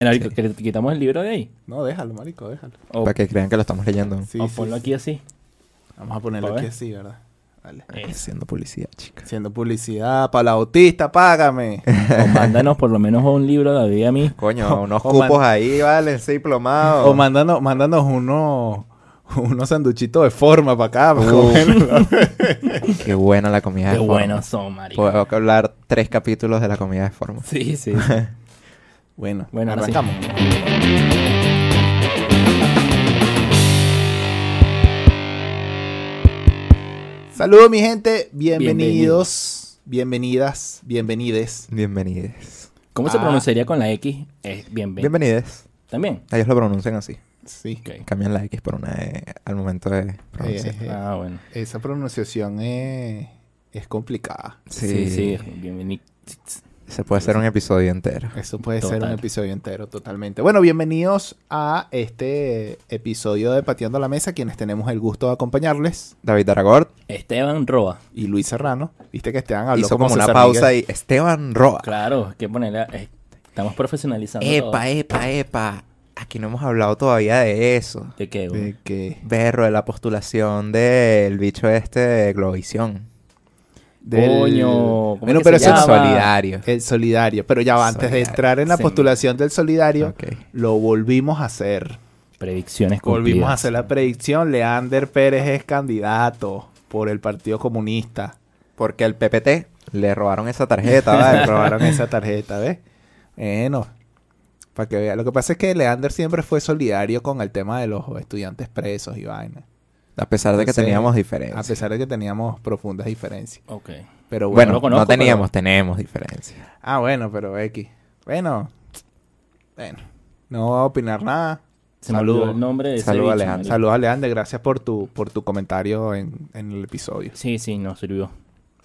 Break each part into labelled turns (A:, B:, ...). A: Marico, que le quitamos el libro de ahí.
B: No, déjalo, marico, déjalo.
A: O,
C: Para que crean que lo estamos leyendo.
B: Sí,
A: o
B: sí,
A: ponlo
B: sí.
A: aquí así.
B: Vamos a ponerlo
A: Pa'
B: aquí
A: ver.
B: así, ¿verdad? Vale.
A: Eso.
C: Haciendo publicidad, chica.
B: Haciendo publicidad, Paula Bautista, págame.
A: O mándanos por lo menos un libro de David a mí.
C: Coño, unos
B: o
C: cupos
B: man-
C: ahí, vale, sí, plomados.
B: O mándanos, mándanos unos unos sanduchitos de forma para acá. pa'
C: Uh.
B: comerlo.
C: Qué buena la comida
A: Qué
C: de forma.
A: buenos son, marico.
C: Puedo hablar tres capítulos de la comida de forma.
A: Sí, sí.
B: bueno,
A: Bueno, ahora sí.
B: arrancamos. Saludos, mi gente. Bienvenidos, bienvenidas, bienvenides.
C: Bienvenides.
A: ¿Cómo se
B: Ah.
A: pronunciaría con la X? Es bien, bien.
C: Bienvenides.
A: También.
C: Ellos lo pronuncian así.
B: Sí.
A: Ok.
C: Cambian la X por una E al momento de pronunciar.
B: Eh,
A: Ah, bueno.
B: Esa pronunciación eh, es complicada.
A: Sí, sí. bienveni-
C: Se puede hacer un episodio entero.
B: Eso puede ser
A: Total.
B: un episodio entero, totalmente. Bueno, bienvenidos a este episodio de Pateando la Mesa, quienes tenemos el gusto de acompañarles.
C: David Aragort
A: Esteban Roa.
B: Y Luis Serrano, viste que Esteban habló
C: hizo como, una
B: César
C: pausa
B: Miguel.
C: y Esteban Roa.
A: Claro, hay que ponerle. a- eh, Estamos profesionalizando. todo.
C: Epa, eh. epa, epa. Aquí no hemos hablado todavía de eso.
A: ¿De qué, güey?
B: De que,
C: Berro de la postulación del bicho este de Globovisión.
B: del-
A: Coño, ¿cómo es
B: Bueno,
A: que
B: pero
A: se
B: eso
C: El
A: llama?
C: solidario.
B: el solidario. Pero ya va, antes de
C: Solidario,
B: entrar en la
C: sí.
B: postulación del solidario,
C: Ok.
B: lo volvimos a hacer.
A: Predicciones
B: Volvimos
A: cumplidas.
B: a hacer la predicción. Leander Pérez es candidato por el Partido Comunista.
C: Porque al PPT le robaron esa tarjeta, ¿vale?
B: Le robaron esa tarjeta, ¿ves? Bueno, para que vea. Lo que pasa es que Leander siempre fue solidario con el tema de los estudiantes presos y vaina.
C: A pesar de que
B: Entonces,
C: teníamos
B: A
C: diferencias.
B: pesar de que teníamos profundas diferencias.
A: Ok.
B: Pero bueno.
C: Bueno,
A: lo conozco,
C: no teníamos, tenemos diferencias.
B: Ah, bueno, pero X. Bueno. Bueno. No voy a opinar nada.
A: Se me
B: Saludos.
A: olvidó el nombre de ese
C: Saludos,
A: bicho,
C: Alejandro.
A: marico.
B: Saludos a Leander. Gracias por tu, por tu comentario en, en el episodio.
A: Sí, sí, nos sirvió.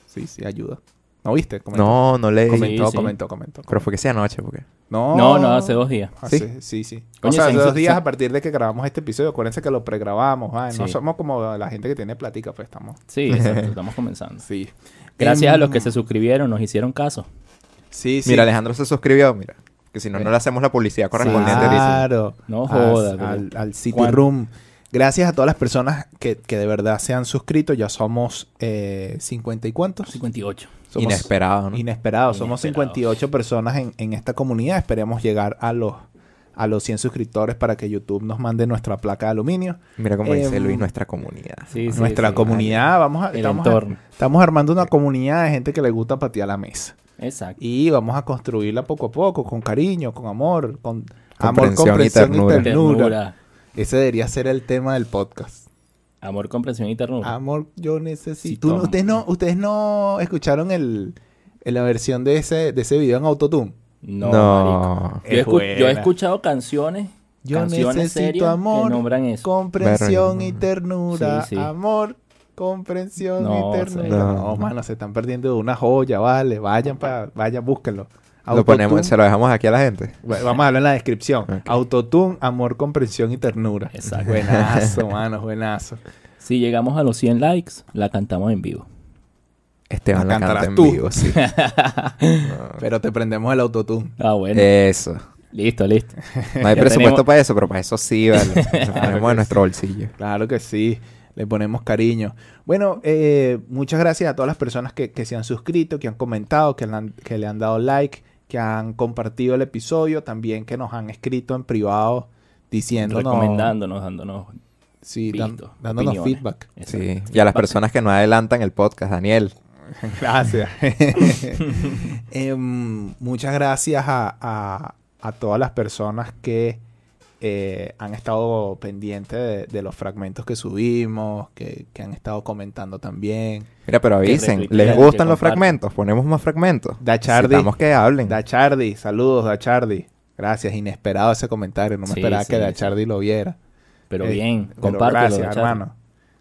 B: Sí, sí, ayuda. ¿No viste? Comentó.
C: No, no leí.
A: Comen-
B: Comentó,
A: Sí, sí.
B: comentó, comentó.
C: Pero fue que sea anoche, porque.
B: No,
A: No, no, hace dos días.
B: Ah,
C: ¿Sí?
B: sí, sí, sí. o
A: Coño,
B: sea,
A: se
B: hace
A: hizo-
B: dos días
A: se-
B: a partir de que grabamos este episodio. Acuérdense que lo pregrabamos. ay, No
A: Sí.
B: somos como la gente que tiene platica, pues estamos.
A: Sí, exacto, estamos comenzando.
B: Sí.
A: Gracias a los que
B: Em,
A: se suscribieron, nos hicieron caso.
B: Sí, sí.
C: Mira, Alejandro se suscribió, mira. Que si no, no le hacemos la publicidad correspondiente. dice.
B: Claro.
A: No
B: As-
A: joda, pero-
B: Al, al City
A: ¿Cuán-
B: Room. Gracias a todas las personas que, que de verdad se han suscrito. Ya somos eh, 50 y cuántos.
A: 58.
B: Somos
C: Inesperado, ¿no?
B: Inesperados. Somos
A: Inesperados.
B: 58 personas en, en esta comunidad. Esperemos llegar a los, a los 100 suscriptores para que YouTube nos mande nuestra placa de aluminio.
C: Mira cómo dice
B: Em,
C: Luis, nuestra comunidad.
A: Sí, sí,
B: nuestra
A: sí. Ah,
B: comunidad. Vamos a,
A: El
B: estamos,
A: entorno.
B: estamos armando una comunidad de gente que le gusta patear la mesa.
A: Exacto.
B: Y vamos a construirla poco a poco, con cariño, con amor, con amor,
C: Comprensión y
B: comprensión y ternura.
C: ternura.
A: Ternura.
B: Ese debería ser el tema del podcast.
A: Amor, comprensión y ternura.
B: Amor, yo necesito.
A: Sí,
B: Tú no-
A: toma.
B: ustedes, no, ustedes no escucharon el, el- la versión de ese, de ese video en Autotune.
A: No, marico.
C: no.
B: Es
A: Yo, he escu-
B: buena.
A: yo he escuchado canciones,
B: Yo
A: canciones
B: necesito
A: serias
B: amor,
A: que nombran eso.
B: comprensión
C: Verga.
B: y ternura.
A: Sí, sí.
B: Amor, comprensión
A: No,
B: y ternura. No.
C: no.
B: mano, se están perdiendo de una joya, vale. Vayan para, vayan, búsquenlo.
C: Lo ponemos, se lo dejamos aquí a la gente.
B: Bueno, vamos a hablar en la descripción.
C: Ok.
B: Autotune, amor, comprensión y ternura.
A: Exacto.
B: Buenazo, mano, buenazo.
A: Si llegamos a los 100 likes, la cantamos en vivo.
C: Esteban
B: La
C: la canta
B: cantarás
C: en
B: tú.
C: vivo, sí. No.
B: Pero te prendemos el autotune.
A: Ah, bueno.
C: Eso.
A: Listo, listo.
C: No hay
A: Ya
C: presupuesto
A: tenemos-
C: para eso, pero para eso sí, vale. Lo
B: Claro que
C: ponemos en nuestro bolsillo.
B: Claro que sí, le ponemos cariño. Bueno, eh, muchas gracias a todas las personas que, que se han suscrito, que han comentado, que le han, que le han dado like, que han compartido el episodio, también que nos han escrito en privado diciéndonos.
A: Recomendándonos, dándonos.
B: Sí, dan-
A: Visto,
B: dándonos
A: opiniones.
B: feedback.
A: Exacto.
C: Sí. Y a las personas que no adelantan el podcast, Daniel.
B: Gracias. Em, muchas gracias a, a- a todas las personas que eh, han estado pendientes de, de los fragmentos que subimos, que, que han estado comentando también.
C: Mira, pero avisen,
A: retuitean,
C: ¿les
A: que
C: gustan los
A: compartan.
C: fragmentos? Ponemos más fragmentos.
B: Dachardi.
C: Necesitamos que hablen.
B: Dachardi, saludos Dachardi. Gracias, inesperado ese comentario. No me
A: Sí,
B: esperaba
A: sí,
B: que
A: sí.
B: Dachardi lo viera.
A: Pero
B: Eh,
A: bien,
B: pero
A: compártelo.
B: Gracias,
A: chato.
B: hermano.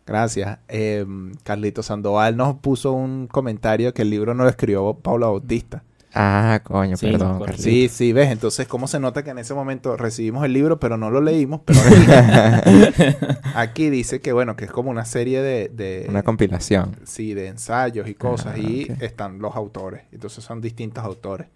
B: Gracias. Eh, Carlito Sandoval nos puso un comentario que el libro no lo escribió Paula Bautista.
C: Ah, coño,
A: Sí,
C: perdón,
A: correcto.
C: Carlitos.
B: Sí, sí, ves. Entonces, ¿cómo se nota que en ese momento recibimos el libro, pero no lo leímos? Pero aquí dice que, bueno, que es como una serie de, de-
C: Una compilación.
B: sí, de ensayos y cosas.
C: Ah,
B: y
C: ok.
B: están los autores. Entonces, son distintos autores.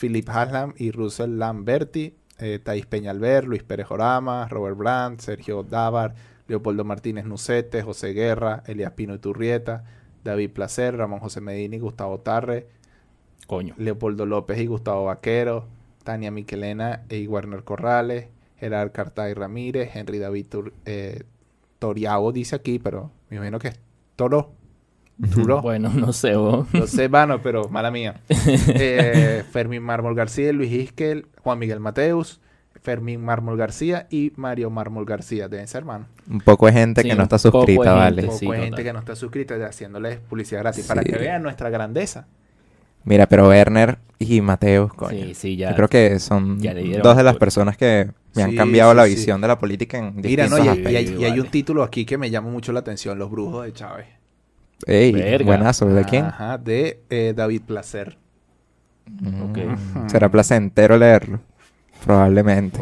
B: Philip Haslam y Russell Lamberti eh, Thais Peñalver, Luis Pérez Oramas, Robert Brandt, Sergio Dávar, Leopoldo Martínez Nucete, José Guerra, Elías Pino Iturrieta, David Placer, Ramón José Medina y Gustavo Tarre,
A: Coño.
B: Leopoldo López y Gustavo Vaquero, Tania Miquelena e Warner Corrales, Gerard Cartay Ramírez, Henry David Tur- eh, Toriago dice aquí, pero me imagino que es Toro. Turo.
A: Bueno, no sé vos.
B: Lo sé, vano, pero mala mía. Eh, Fermín Mármol García, Luis Isquel, Juan Miguel Mateus, Fermín Mármol García y Mario Mármol García. Deben ser hermanos.
C: Un poco de gente
A: Sí,
C: que no está
A: un poco de
C: suscrita,
A: gente.
C: vale.
B: Poco
A: sí,
B: de gente
A: total.
B: que no está suscrita ya haciéndoles publicidad gratis para
C: Sí.
B: que vean nuestra grandeza.
C: Mira, pero Werner y Mateus, coño.
A: Sí, sí, ya.
C: Yo creo que son
A: ya le dieron
C: dos de las
A: alcohol.
C: personas que me han
B: Sí,
C: cambiado
B: sí,
C: la
B: sí.
C: visión de la política en
B: Mira, no,
C: distintos
B: y,
A: aspectos.
B: y hay, y hay un
A: Vale.
B: título aquí que me llama mucho la atención: Los Brujos de Chávez. Ah,
C: aspectos. Ey,
A: Verga.
C: buenazo, ¿de quién?
B: Ajá, de eh, David Placer.
C: Mm,
A: Ok.
C: Será placentero leerlo. Probablemente.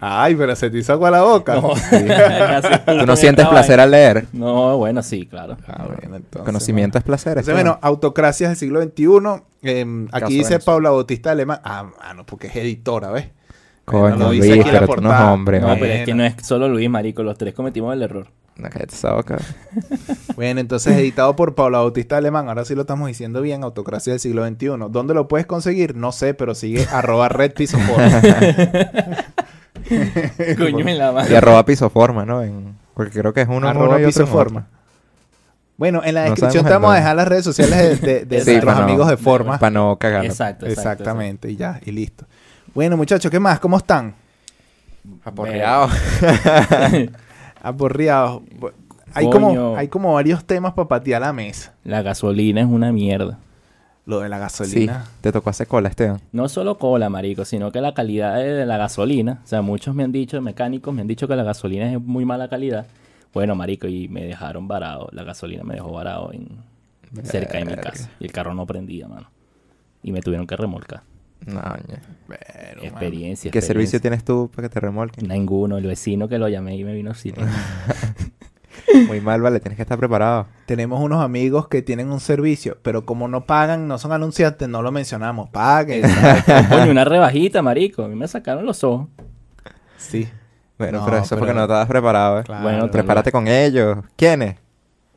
B: Ay, pero se te hizo agua la boca.
A: No,
C: ¿Tú no sientes placer al leer?
A: No, bueno, sí, claro.
B: Ah, bueno, entonces,
C: Conocimiento es placer.
B: Entonces,
C: Esteban.
B: bueno, autocracias del siglo XXI. em,
C: Este Caso
B: aquí dice
C: Venezuela.
B: Paula Bautista Alemán. Ah, ah, no, porque es editora, ¿ves?
C: Coño,
B: no lo dice
C: Luis,
B: aquí en la
C: pero tú no es
B: portada.
C: hombre.
A: No,
C: vale.
A: pero es
B: Bueno.
A: que no es solo Luis, marico. Los tres cometimos el error.
C: No, cállate esa boca.
B: Bueno, entonces editado por Paula Bautista Alemán. Ahora sí lo estamos diciendo bien, Autocracia del siglo XXI. ¿Dónde lo puedes conseguir? No sé, pero sigue arroba Red Piso
A: Coño en la
C: Y
A: madre.
C: arroba pisoforma, ¿no? En- porque creo que es uno en
B: arroba
C: uno y otro en
B: Pisoforma. Bueno, en la
C: No
B: descripción
C: sabemos
B: te
C: el
B: vamos a
C: nombre.
B: dejar las redes sociales de, de- de
A: Sí,
B: nuestros
A: para
C: no-
B: amigos de Forma.
C: otro. Para no cagarla.
A: Exacto, exacto,
B: Exactamente, y ya, y listo. Bueno, muchachos, ¿qué más? ¿Cómo están?
C: Ah, Aporreado.
A: exacto.
B: Aporreados. Bu- Hay
A: Coño.
B: como, hay como varios temas para patear la mesa.
A: La gasolina es una mierda.
B: Lo de la
C: Sí,
B: gasolina.
C: te tocó hacer cola, Esteban.
A: No solo cola, marico, sino que la calidad de, de la gasolina. O sea, muchos me han dicho, mecánicos me han dicho que la gasolina es muy mala calidad. Bueno, marico, y me dejaron varado. La gasolina me dejó varado en, cerca de mi
C: Verga.
A: casa. Y el carro no prendía, mano. Y me tuvieron que remolcar.
C: No, ña.
B: Pero, mano,
A: experiencia.
C: ¿Qué servicio
A: experiencia.
C: tienes tú para que te remolquen?
A: Ninguno. El vecino que lo llamé y me vino sin.
C: Muy mal, vale. Tienes que estar preparado.
B: Tenemos unos amigos que tienen un servicio, pero como no pagan, no son anunciantes, no lo mencionamos. Paguen.
A: Coño, una rebajita, marico. A mí me sacaron los ojos.
B: sí.
C: Bueno,
B: No,
C: pero eso es porque
B: pero-
C: no estabas preparado, ¿eh?
B: Claro.
A: bueno,
B: Claro.
C: Prepárate con ellos. ¿Quiénes?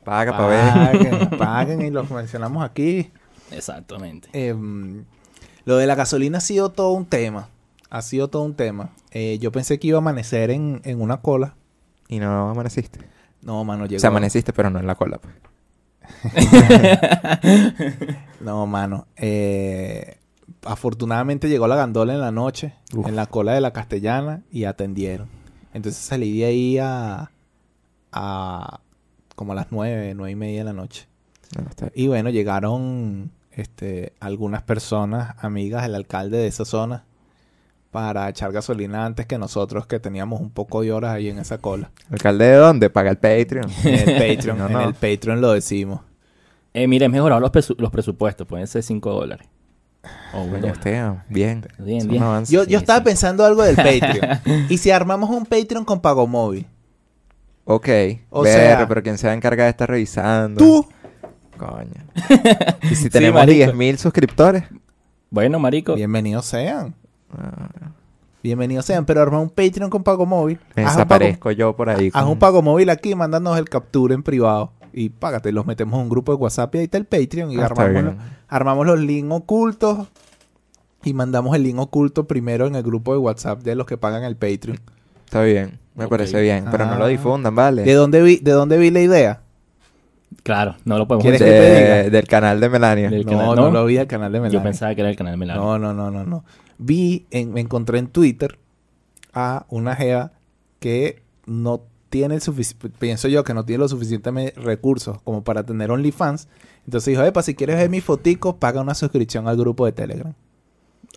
C: Paga para ver.
B: Paguen, paguen y los mencionamos aquí.
A: Exactamente.
B: Em, lo de la gasolina ha sido todo un tema. Ha sido todo un tema. Eh, yo pensé que iba a amanecer en, en una cola.
C: Y no amaneciste.
B: No, mano, llegó.
C: O sea, amaneciste, pero no en la cola. pues.
B: No, mano. Eh, afortunadamente llegó la gandola en la noche,
C: Uf.
B: en la cola de la castellana, y atendieron. Entonces salí de ahí a, a como a las nueve, nueve y media de la noche.
C: No, está bien.
B: Y bueno, llegaron este, algunas personas, amigas del alcalde de esa zona, para echar gasolina antes que nosotros, que teníamos un poco de horas ahí en esa cola.
C: ¿Alcalde de dónde? Paga el Patreon.
B: En el Patreon,
C: No,
B: en
C: no.
B: el Patreon lo decimos.
A: Eh, mire, he mejorado los, presu- los presupuestos. Pueden ser 5 dólares. O un
C: Coño,
A: dólar.
B: este
C: Esteban. ah, Bien.
A: Bien,
C: Es un
A: bien.
C: avance.
B: Yo,
A: Sí,
B: yo estaba
A: sí.
B: pensando algo del Patreon. ¿Y si armamos un Patreon con pago móvil?
C: Ok.
B: O
C: Verga,
B: sea-
C: pero quien se va a encargar de estar revisando.
B: Tú,
C: Coño. y si tenemos
A: marico.
C: 10.000 suscriptores.
A: Bueno, marico.
B: bienvenidos sean.
C: ah,
B: Bienvenidos sean, pero arma un Patreon con pago móvil.
C: me
B: Haz un pago,
C: desaparezco yo por ahí.
B: haz
C: con-
B: un pago móvil aquí, mándanos el captura en privado. Y págate, los metemos en un grupo de WhatsApp y ahí está el Patreon. Y
C: Ah, está
B: armamos,
C: bien.
B: los- armamos los links ocultos. Y mandamos el link oculto primero en el grupo de WhatsApp de los que pagan el Patreon.
C: Está bien. Me
A: Ok.
C: parece bien. Pero no lo
B: Ah.
C: difundan, ¿vale?
B: ¿De dónde vi, de dónde vi la idea?
A: Claro, no lo podemos
B: ¿Quieres
A: hacer.
B: que te diga?
C: De- del canal de Melania.
A: Del- El
B: No,
A: canal,
B: no
A: ¿no?
B: lo vi al canal de Melania.
A: Yo pensaba que era el canal Milagro.
B: No, no, no, no, no. Vi, en- me encontré en Twitter a una jeva que no tiene el suficiente, pienso yo que no tiene los suficientes recursos como para tener OnlyFans. Entonces dijo, epa, si quieres ver mis foticos, paga una suscripción al grupo de Telegram.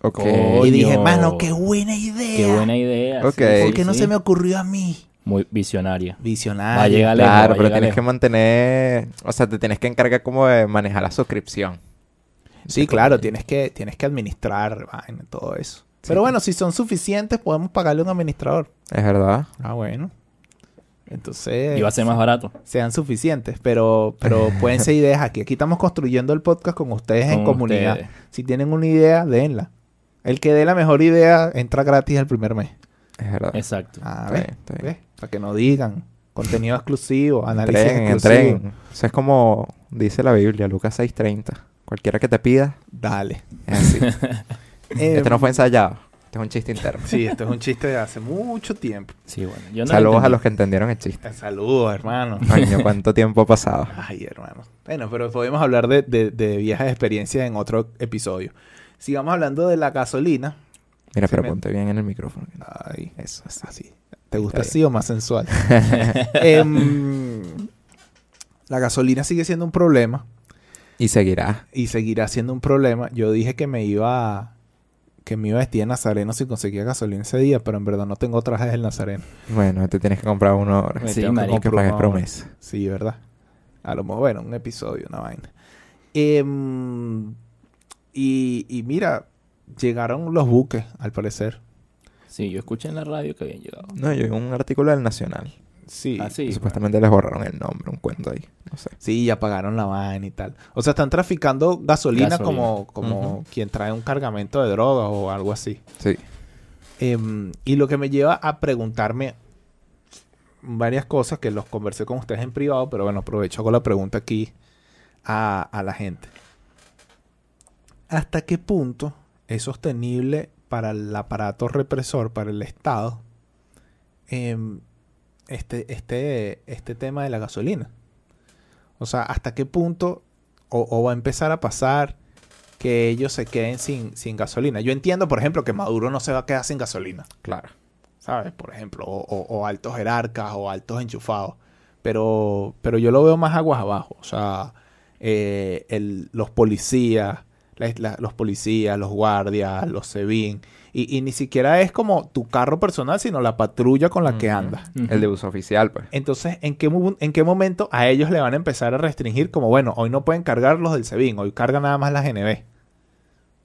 C: Ok.
A: Coño.
B: Y dije, mano, qué buena idea.
A: Qué buena idea.
C: Ok.
B: ¿Por
C: Sí,
B: qué no se me ocurrió a mí?
A: Muy visionaria.
B: Visionario.
A: Va a llegar lejos,
C: Claro,
A: va a
C: pero
A: llegar
C: tienes que
A: lejos.
C: mantener... O sea, te tienes que encargar como de manejar la suscripción.
B: Sí, claro, tienes que, tienes que administrar vaina, todo eso. Pero bueno, si son suficientes, podemos pagarle a un administrador.
C: Es verdad.
B: Ah, bueno. Entonces...
A: Iba a ser más barato.
B: sean suficientes, pero, pero pueden ser ideas aquí. Aquí estamos construyendo el podcast con ustedes en
A: Con
B: comunidad.
A: ustedes.
B: Si tienen una idea, denla. El que dé la mejor idea entra gratis el primer mes.
C: Es verdad.
A: Exacto.
B: Ah,
C: Está
B: ¿ves?
C: bien, está bien.
B: ¿Ves? Para que no digan. Contenido exclusivo, análisis
C: Entreguen,
B: exclusivo.
C: entreguen. Eso es como dice la Biblia, Lucas 6.30. Cualquiera que te pida,
B: Dale.
C: es así.
B: Em,
C: este no fue ensayado. Este es un chiste interno.
B: Sí, esto es un chiste de hace mucho tiempo.
A: Sí, bueno. Yo no
C: Saludos a
A: entendí.
C: los que entendieron el chiste.
B: Eh, Saludos, hermano.
C: Coño, cuánto tiempo ha pasado.
B: Ay, hermano. Bueno, pero podemos hablar de, de, de viejas experiencias en otro episodio. Sigamos hablando de la gasolina.
C: Mira,
B: Sí,
C: pero
B: me-
C: ponte bien en el micrófono.
B: Ay,
C: Eso, así.
B: así. ¿Te gusta
C: Está
B: así o más sensual? Em, la gasolina sigue siendo un problema
C: Y seguirá.
B: y seguirá siendo un problema. Yo dije que me iba a- que me iba a vestir de nazareno si conseguía gasolina ese día, pero en verdad no tengo trajes del nazareno.
C: Bueno, te tienes que comprar uno ahora.
A: Me
C: Sí,
A: Sí, tengo que marico,
C: que
B: comprar
C: pagues
B: uno ahora.
C: promesa.
B: Sí, ¿verdad? A lo mejor, bueno, un episodio, una vaina. Em, y, y mira, llegaron los buques, al parecer.
A: Sí, yo escuché en la radio que habían llegado.
C: No, yo vi un artículo del Nacional.
B: Sí.
A: Ah, sí.
C: Y supuestamente les borraron el nombre, un cuento ahí. No sé.
B: Sí, ya pagaron la vaina y tal. O sea, están traficando gasolina,
A: Gasolina.
B: como, como
C: Ujú.
B: quien trae un cargamento de drogas o algo así.
C: Sí.
B: Em, y lo que me lleva a preguntarme varias cosas que los conversé con ustedes en privado, pero bueno, aprovecho con la pregunta aquí a, a la gente. ¿Hasta qué punto es sostenible para el aparato represor, para el Estado, em, este, este, este tema de la gasolina? O sea, ¿hasta qué punto o, o va a empezar a pasar que ellos se queden sin, sin gasolina? Yo entiendo, por ejemplo, que Maduro no se va a quedar sin gasolina.
C: Claro.
B: ¿sabes? Por ejemplo, o, o- o altos jerarcas o altos enchufados. Pero, pero yo lo veo más aguas abajo. O sea, eh, el- los policías, la- la- los policías, los guardias, los SEBIN. Y, y ni siquiera es como tu carro personal, sino la patrulla con la que
C: Ujú.
B: andas.
C: El de uso oficial, pues.
B: Entonces, ¿en qué, mo- ¿en qué momento a ellos le van a empezar a restringir? Como, bueno, hoy no pueden cargar los del SEBIN, hoy cargan nada más las NB.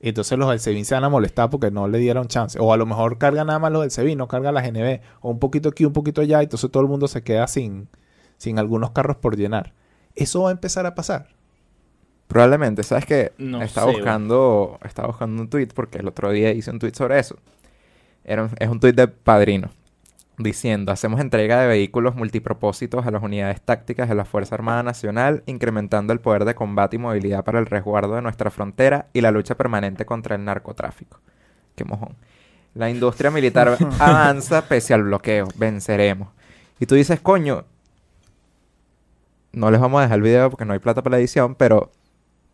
B: Y entonces los del SEBIN se van a molestar porque no le dieron chance. O a lo mejor cargan nada más los del SEBIN, no cargan las NB. O un poquito aquí, un poquito allá. Entonces todo el mundo se queda sin, sin algunos carros por llenar. Eso va a empezar a pasar.
C: Probablemente, ¿sabes qué?
A: No
C: estaba
A: sé,
C: buscando, estaba buscando un tweet porque el otro día hice un tweet sobre eso. Era un- es un tweet de Padrino diciendo, "Hacemos entrega de vehículos multipropósitos a las unidades tácticas de la Fuerza Armada Nacional, incrementando el poder de combate y movilidad para el resguardo de nuestra frontera y la lucha permanente contra el narcotráfico." Qué mojón. La industria militar avanza pese al bloqueo. Venceremos. Y tú dices, "Coño, no les vamos a dejar el video porque no hay plata para la edición, pero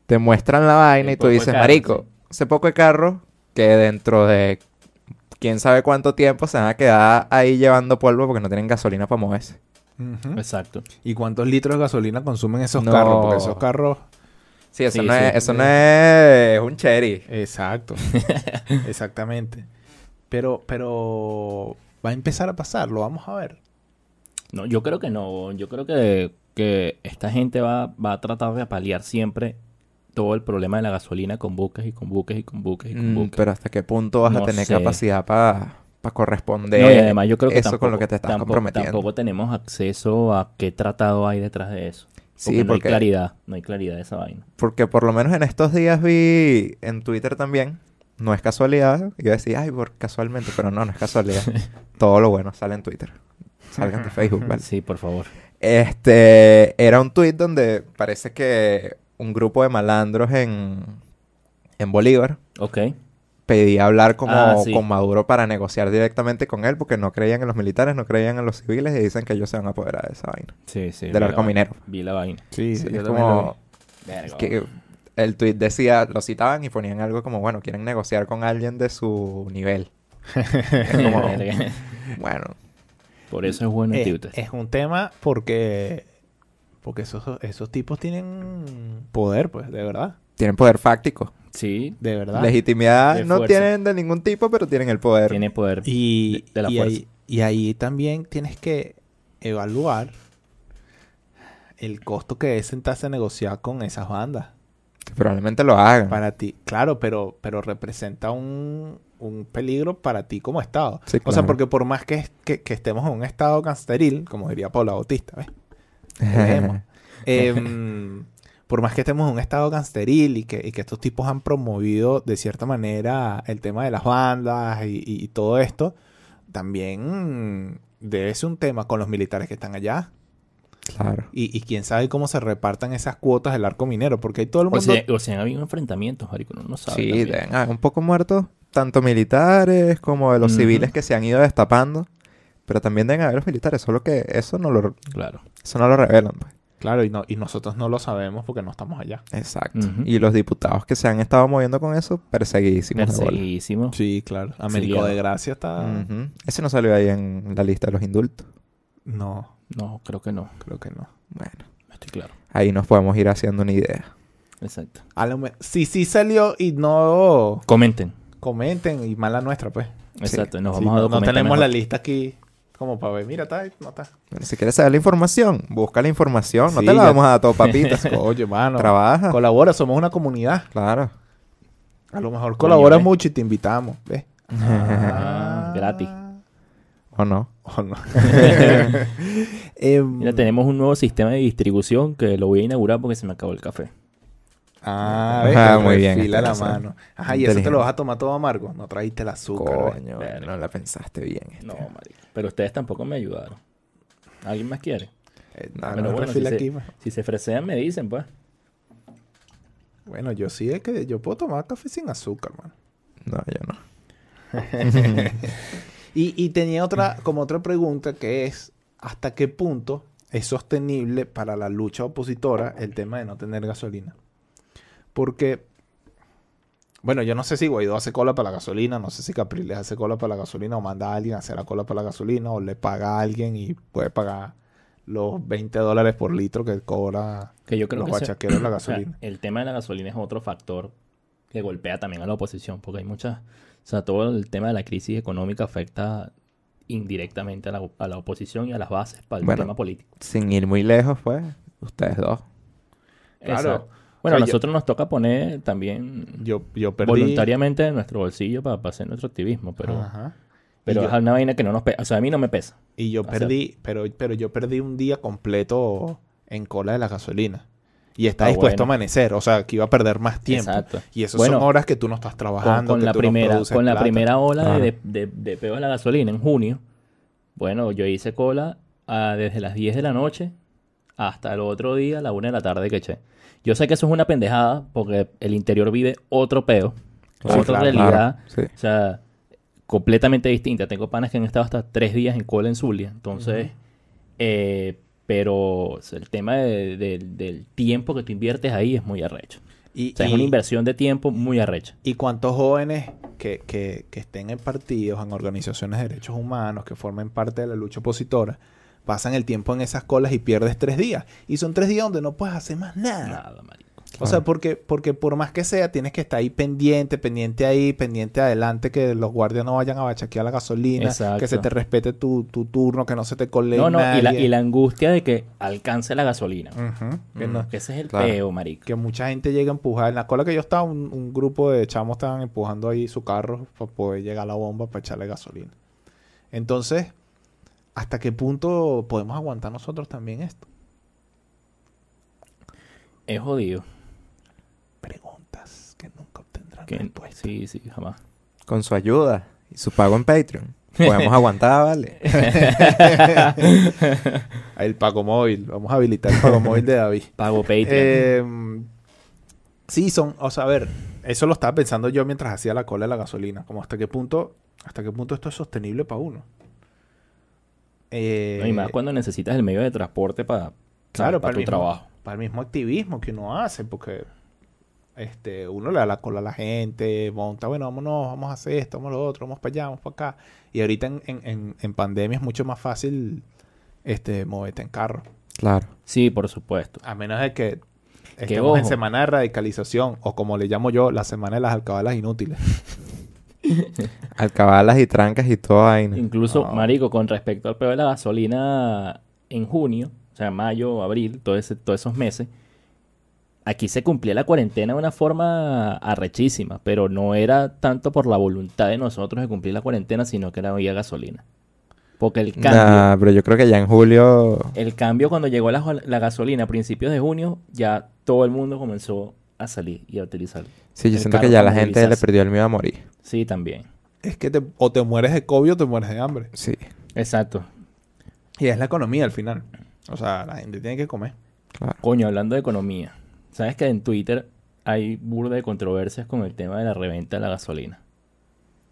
C: te muestran la vaina
A: El
C: y tú
A: poco de
C: dices,
A: carros,
C: marico, ese poco de carro que dentro de quién sabe cuánto tiempo se van a quedar ahí llevando polvo porque no tienen gasolina para moverse.
A: Exacto.
B: ¿Y cuántos litros de gasolina consumen esos
C: No.
B: carros? Porque esos carros...
C: Sí, eso,
A: Sí,
C: no,
A: sí.
C: Es, eso no es un cherry.
B: Exacto. Exactamente. Pero, pero... Va a empezar a pasar, lo vamos a ver.
A: No, yo creo que no. Yo creo que, que esta gente va, va a tratar de paliar siempre todo el problema de la gasolina con buques y con buques y con buques y con
C: Mm,
A: buques.
C: pero hasta qué punto vas a
A: No
C: tener
A: sé.
C: capacidad para corresponder
A: No, y además yo creo que
C: eso
A: tampoco,
C: con lo que te estás
A: tampoco,
C: comprometiendo.
A: tampoco tenemos acceso a qué tratado hay detrás de eso. Porque
C: sí,
A: no hay
C: porque,
A: claridad, no hay claridad de esa vaina.
C: porque por lo menos en estos días vi en Twitter también, no es casualidad, iba a decir, ay, por casualmente, pero no, no es casualidad. Todo lo bueno sale en Twitter. Salgan de Facebook, ¿vale?
A: Sí, por favor.
C: Este, era un tuit donde parece que un grupo de malandros en, en Bolívar
A: Ok.
C: pedía hablar como
A: Ah, sí.
C: con Maduro para negociar directamente con él porque no creían en los militares, no creían en los civiles y dicen que ellos se van a apoderar de esa vaina.
A: Sí, sí. vi
C: del
A: la
C: arco
A: vaina.
C: minero.
A: Vi la vaina.
B: Sí,
C: Sí,
B: yo
C: es
B: también lo vi.
C: como que el tuit decía, lo citaban y ponían algo como, bueno, quieren negociar con alguien de su nivel. Es como,
A: Verga.
C: bueno,
A: Por eso es bueno el
B: es,
A: Twitter.
B: es un tema porque porque esos, esos tipos tienen poder, pues, de verdad.
C: tienen poder fáctico.
A: Sí,
B: De verdad.
C: Legitimidad
A: De
C: no
A: fuerza.
C: tienen de ningún tipo, pero tienen el poder.
A: tiene poder.
B: y,
A: de- de la
B: y
A: fuerza.
B: ahí, y ahí también tienes que evaluar el costo que es sentarse a negociar con esas bandas.
C: que probablemente lo hagan.
B: Para ti, claro, pero, pero representa un, un peligro para ti como Estado.
C: Sí,
B: O sea,
C: claro.
B: porque por más que, es- que, que estemos en un Estado gangsteril, como diría Paula Bautista, ¿ves? Veremos. Em, por más que estemos en un estado gangsteril y que, y que estos tipos han promovido de cierta manera el tema de las bandas y, y- y todo esto, también mm, debe ser un tema con los militares que están allá.
C: Claro.
B: Y, y quién sabe cómo se repartan esas cuotas del arco minero, porque hay todo el
A: O
B: mundo...
A: sea, o sea, han habido enfrentamientos, marico, uno no sabe.
C: Sí,
A: también.
C: deben haber un poco muertos, tanto militares como de los
A: Ujú.
C: civiles que se han ido destapando. Pero también deben haber los militares, solo que eso no lo,
A: Claro.
C: eso no lo revelan. Pues.
B: Claro, y, no, y nosotros no lo sabemos porque no estamos allá.
C: Exacto.
A: Ujú.
C: Y los diputados que se han estado moviendo con eso, perseguidísimos. de bola.
A: Perseguidísimo.
B: Sí, claro. Américo
A: Exiliado.
B: de Gracia está...
C: Ujú. Ese no salió ahí en la lista de los indultos.
B: No,
A: No, creo que no.
B: creo que no.
C: Bueno,
A: Estoy claro.
C: ahí nos podemos ir haciendo una idea.
A: Exacto.
B: A lo me- Si sí salió y no
A: Comenten.
B: comenten y mala nuestra, pues.
A: Exacto. Nos
B: Sí,
A: vamos a
B: no, no
A: documentar.
B: tenemos la
A: mejor.
B: lista aquí como para ver, mira, está, ahí, no está.
C: Bueno, si quieres saber la información, busca la información. No
B: Sí,
C: te la
B: ya-
C: vamos a dar todo, papita.
B: Oye, mano,
C: Eh, Trabaja.
B: colabora, somos una comunidad.
C: Claro.
B: A lo mejor colaboras
A: ve.
B: mucho y te invitamos, ¿ves?
A: Ah, gratis.
C: ¿O no?
B: Oh, no. Em,
A: Mira, tenemos un nuevo sistema de distribución que lo voy a inaugurar porque se me acabó el café.
B: Ah, ves,
C: Ah,
B: que
C: muy bien,
B: refila la
C: interesante.
B: mano. Ajá, y eso te
C: Inteligente.
B: lo vas a tomar todo amargo. No traíste el azúcar. ¿ves?
C: Coño,
A: verga.
C: no la pensaste bien. este.
A: No, marico. Pero ustedes tampoco me ayudaron. ¿Alguien más quiere?
B: Eh,
C: no,
B: no,
A: pero bueno, si
B: refila
A: se-
B: aquí, pues.
A: Si se fresean, me dicen, pues.
B: Bueno, yo sí es que yo puedo tomar café sin azúcar, mano.
C: No, yo no.
B: Y, y tenía otra, como otra pregunta que es, ¿hasta qué punto es sostenible para la lucha opositora el tema de no tener gasolina? Porque, bueno, yo no sé si Guaidó hace cola para la gasolina, no sé si Capriles hace cola para la gasolina o manda a alguien a hacer la cola para la gasolina o le paga a alguien y puede pagar los 20 dólares por litro que cobra
A: Que yo creo
B: los
A: que se-
B: guachaqueros de la
A: O sea,
B: gasolina.
A: el tema de la gasolina es otro factor que golpea también a la oposición, porque hay muchas, o sea, todo el tema de la crisis económica afecta indirectamente a la, a la oposición y a las bases para el
C: Bueno.
A: tema político.
C: Sin ir muy lejos, pues, ustedes dos.
B: Claro.
A: Exacto. Bueno,
B: O sea,
A: a nosotros nos toca poner también
B: Yo, yo perdí...
A: voluntariamente de nuestro bolsillo para, para hacer nuestro activismo, pero,
B: Ajá.
A: pero
B: Y
A: es
B: yo-
A: una vaina que no nos pesa, o sea, a mí no me pesa.
B: Y yo
A: O sea-
B: perdí, pero, pero yo perdí un día completo en cola de la gasolina. Y está
A: Ah,
B: dispuesto
A: bueno.
B: a amanecer, o sea, que iba a perder más tiempo.
A: Exacto.
B: Y eso
A: Bueno,
B: son horas que tú no estás
A: Con,
B: trabajando.
A: con
B: que
A: la
B: tú no
A: primera,
B: produces
A: con la
B: plata.
A: primera ola
C: Claro.
A: de, de, de peo de la gasolina en junio, bueno, yo hice cola ah, desde las 10 de la noche hasta el otro día, la 1 de la tarde que eché. Yo sé que eso es una pendejada porque el interior vive otro peo,
B: Claro,
A: otra
B: claro,
A: realidad,
C: sí.
A: o sea, completamente distinta. Tengo panas que han estado hasta tres días en cola en Zulia, entonces, eh, pero o sea, el tema de- de- del tiempo que tú inviertes ahí es muy arrecho.
B: Y,
A: O sea,
B: y-
A: es una inversión de tiempo muy arrecha.
B: y cuántos jóvenes que, que- que estén en partidos, en organizaciones de derechos humanos, que formen parte de la lucha opositora, pasan el tiempo en esas colas y pierdes tres días. Y son tres días donde no puedes hacer más nada.
A: Nada, marico.
B: O sea, porque, porque por más que sea, tienes que estar ahí pendiente, pendiente ahí, pendiente adelante, que los guardias no vayan a bachaquear la gasolina,
A: Exacto.
B: que se te respete tu, tu turno, que no se te cole
A: No, no, y la,
B: nadie.
A: y la angustia de que alcance la gasolina.
B: Ujú, que,
A: Mm,
B: no-
A: que ese es el
C: Claro.
A: peo, marico.
B: que mucha gente llega a empujar. En la cola que yo estaba, un, un grupo de chamos estaban empujando ahí su carro para poder llegar a la bomba para echarle gasolina. Entonces, ¿hasta qué punto podemos aguantar nosotros también esto?
A: Es jodido.
B: Preguntas que nunca obtendrán
A: Que-
B: respuesta.
A: sí, sí, jamás.
C: Con su ayuda y su pago en Patreon. Podemos aguantar, vale.
B: El pago móvil. Vamos a habilitar el pago móvil de David.
A: Pago Patreon.
B: Eh, sí, son, o sea, a ver, eso lo estaba pensando yo mientras hacía la cola de la gasolina, como hasta qué punto, hasta qué punto esto es sostenible para uno. Eh,
A: No, y más cuando necesitas el medio de transporte para
B: Claro,
A: para
B: para el
A: tu
B: mismo.
A: trabajo.
B: para el mismo activismo que uno hace, porque este, uno le da la cola a la gente, monta, bueno, vámonos, vamos a hacer esto, vamos a lo otro, vamos para allá, vamos para acá. Y ahorita en, en- en- en pandemia es mucho más fácil este, moverte en carro.
C: Claro.
A: Sí, por supuesto.
B: A menos de que estemos en
A: ojo.
B: semana de radicalización, o como le llamo yo, la semana de las alcabalas inútiles.
C: Alcabalas y trancas y toda vaina.
A: Incluso,
B: Ah.
A: marico, con respecto al peo de la gasolina en junio, o sea, mayo, abril, todo ese, todos esos meses, aquí se cumplía la cuarentena de una forma arrechísima, pero no era tanto por la voluntad de nosotros de cumplir la cuarentena, sino que era vía gasolina. Porque el cambio,
C: Nah, pero yo creo que ya en julio.
A: el cambio cuando llegó la, jo- la gasolina a principios de junio, ya todo el mundo comenzó a salir y a utilizarlo.
C: Sí, yo
A: El
C: siento
A: carro
C: que ya la
A: para
C: gente le
A: movilizarse.
C: perdió el miedo a morir.
A: Sí, también.
B: Es que te- o te mueres de COVID o te mueres de hambre.
C: Sí.
A: Exacto.
B: Y es la economía al final. O sea, la gente tiene que comer.
C: Claro.
A: Coño, hablando de economía, ¿sabes que en Twitter hay burda de controversias con el tema de la reventa de la gasolina?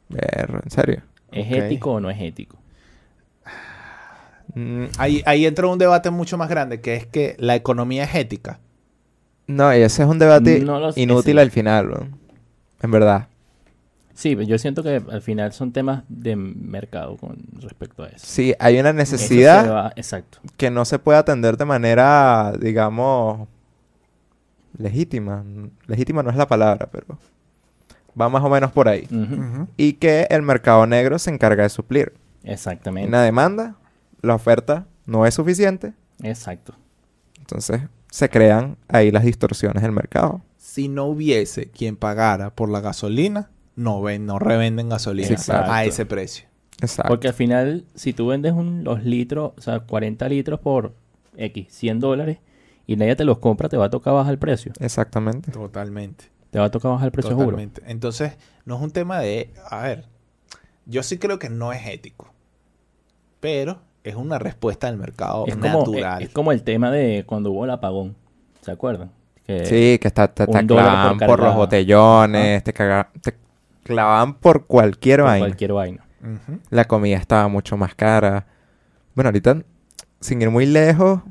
C: Ver, en serio.
A: ¿Es
B: Ok.
A: ético o no es ético?
C: Mm,
B: Ahí, ahí entra un debate mucho más grande, que es que la economía es ética.
C: No, y ese es un debate
A: No lo sé,
C: inútil
A: sí.
C: al final, weón. En verdad.
A: Sí, pero yo siento que al final son temas de mercado con respecto a eso.
C: Sí, hay una
A: Eso se
C: necesidad
A: va- exacto.
C: que no se puede atender de manera, digamos, legítima. Legítima no es la palabra, pero va más o menos por ahí.
A: Ujú.
C: Y que el mercado negro se encarga de suplir. Hay
A: Exactamente.
C: una demanda, la oferta no es suficiente,
A: Exacto.
C: entonces se crean ahí las distorsiones del mercado.
B: Si no hubiese quien pagara por la gasolina, no, ven, no revenden gasolina
A: Sí, claro.
B: a ese precio.
C: Exacto.
A: Porque al final, si tú vendes un- los litros, o sea, 40 litros por X, 100 dólares, y nadie te los compra, te va a tocar bajar el precio.
C: Exactamente.
B: Totalmente.
A: Te va a tocar bajar el precio, juro.
B: totalmente. Entonces, no es un tema de... A ver, yo sí creo que no es ético. Pero es una respuesta del mercado
A: Es como,
B: Oh,
A: eh,
B: natural.
A: es- es como el tema de cuando hubo el apagón. ¿Se acuerdan? Que-
C: Sí, que está, te, te
A: Eh, un dólar por
C: clavan por, los
A: cargada. Ah.
C: botellones, te, caga- te clavan por cualquier
A: por
C: vaina.
A: cualquier vaina.
B: Ujú.
C: La comida estaba mucho más cara. Bueno, ahorita, sin ir muy lejos,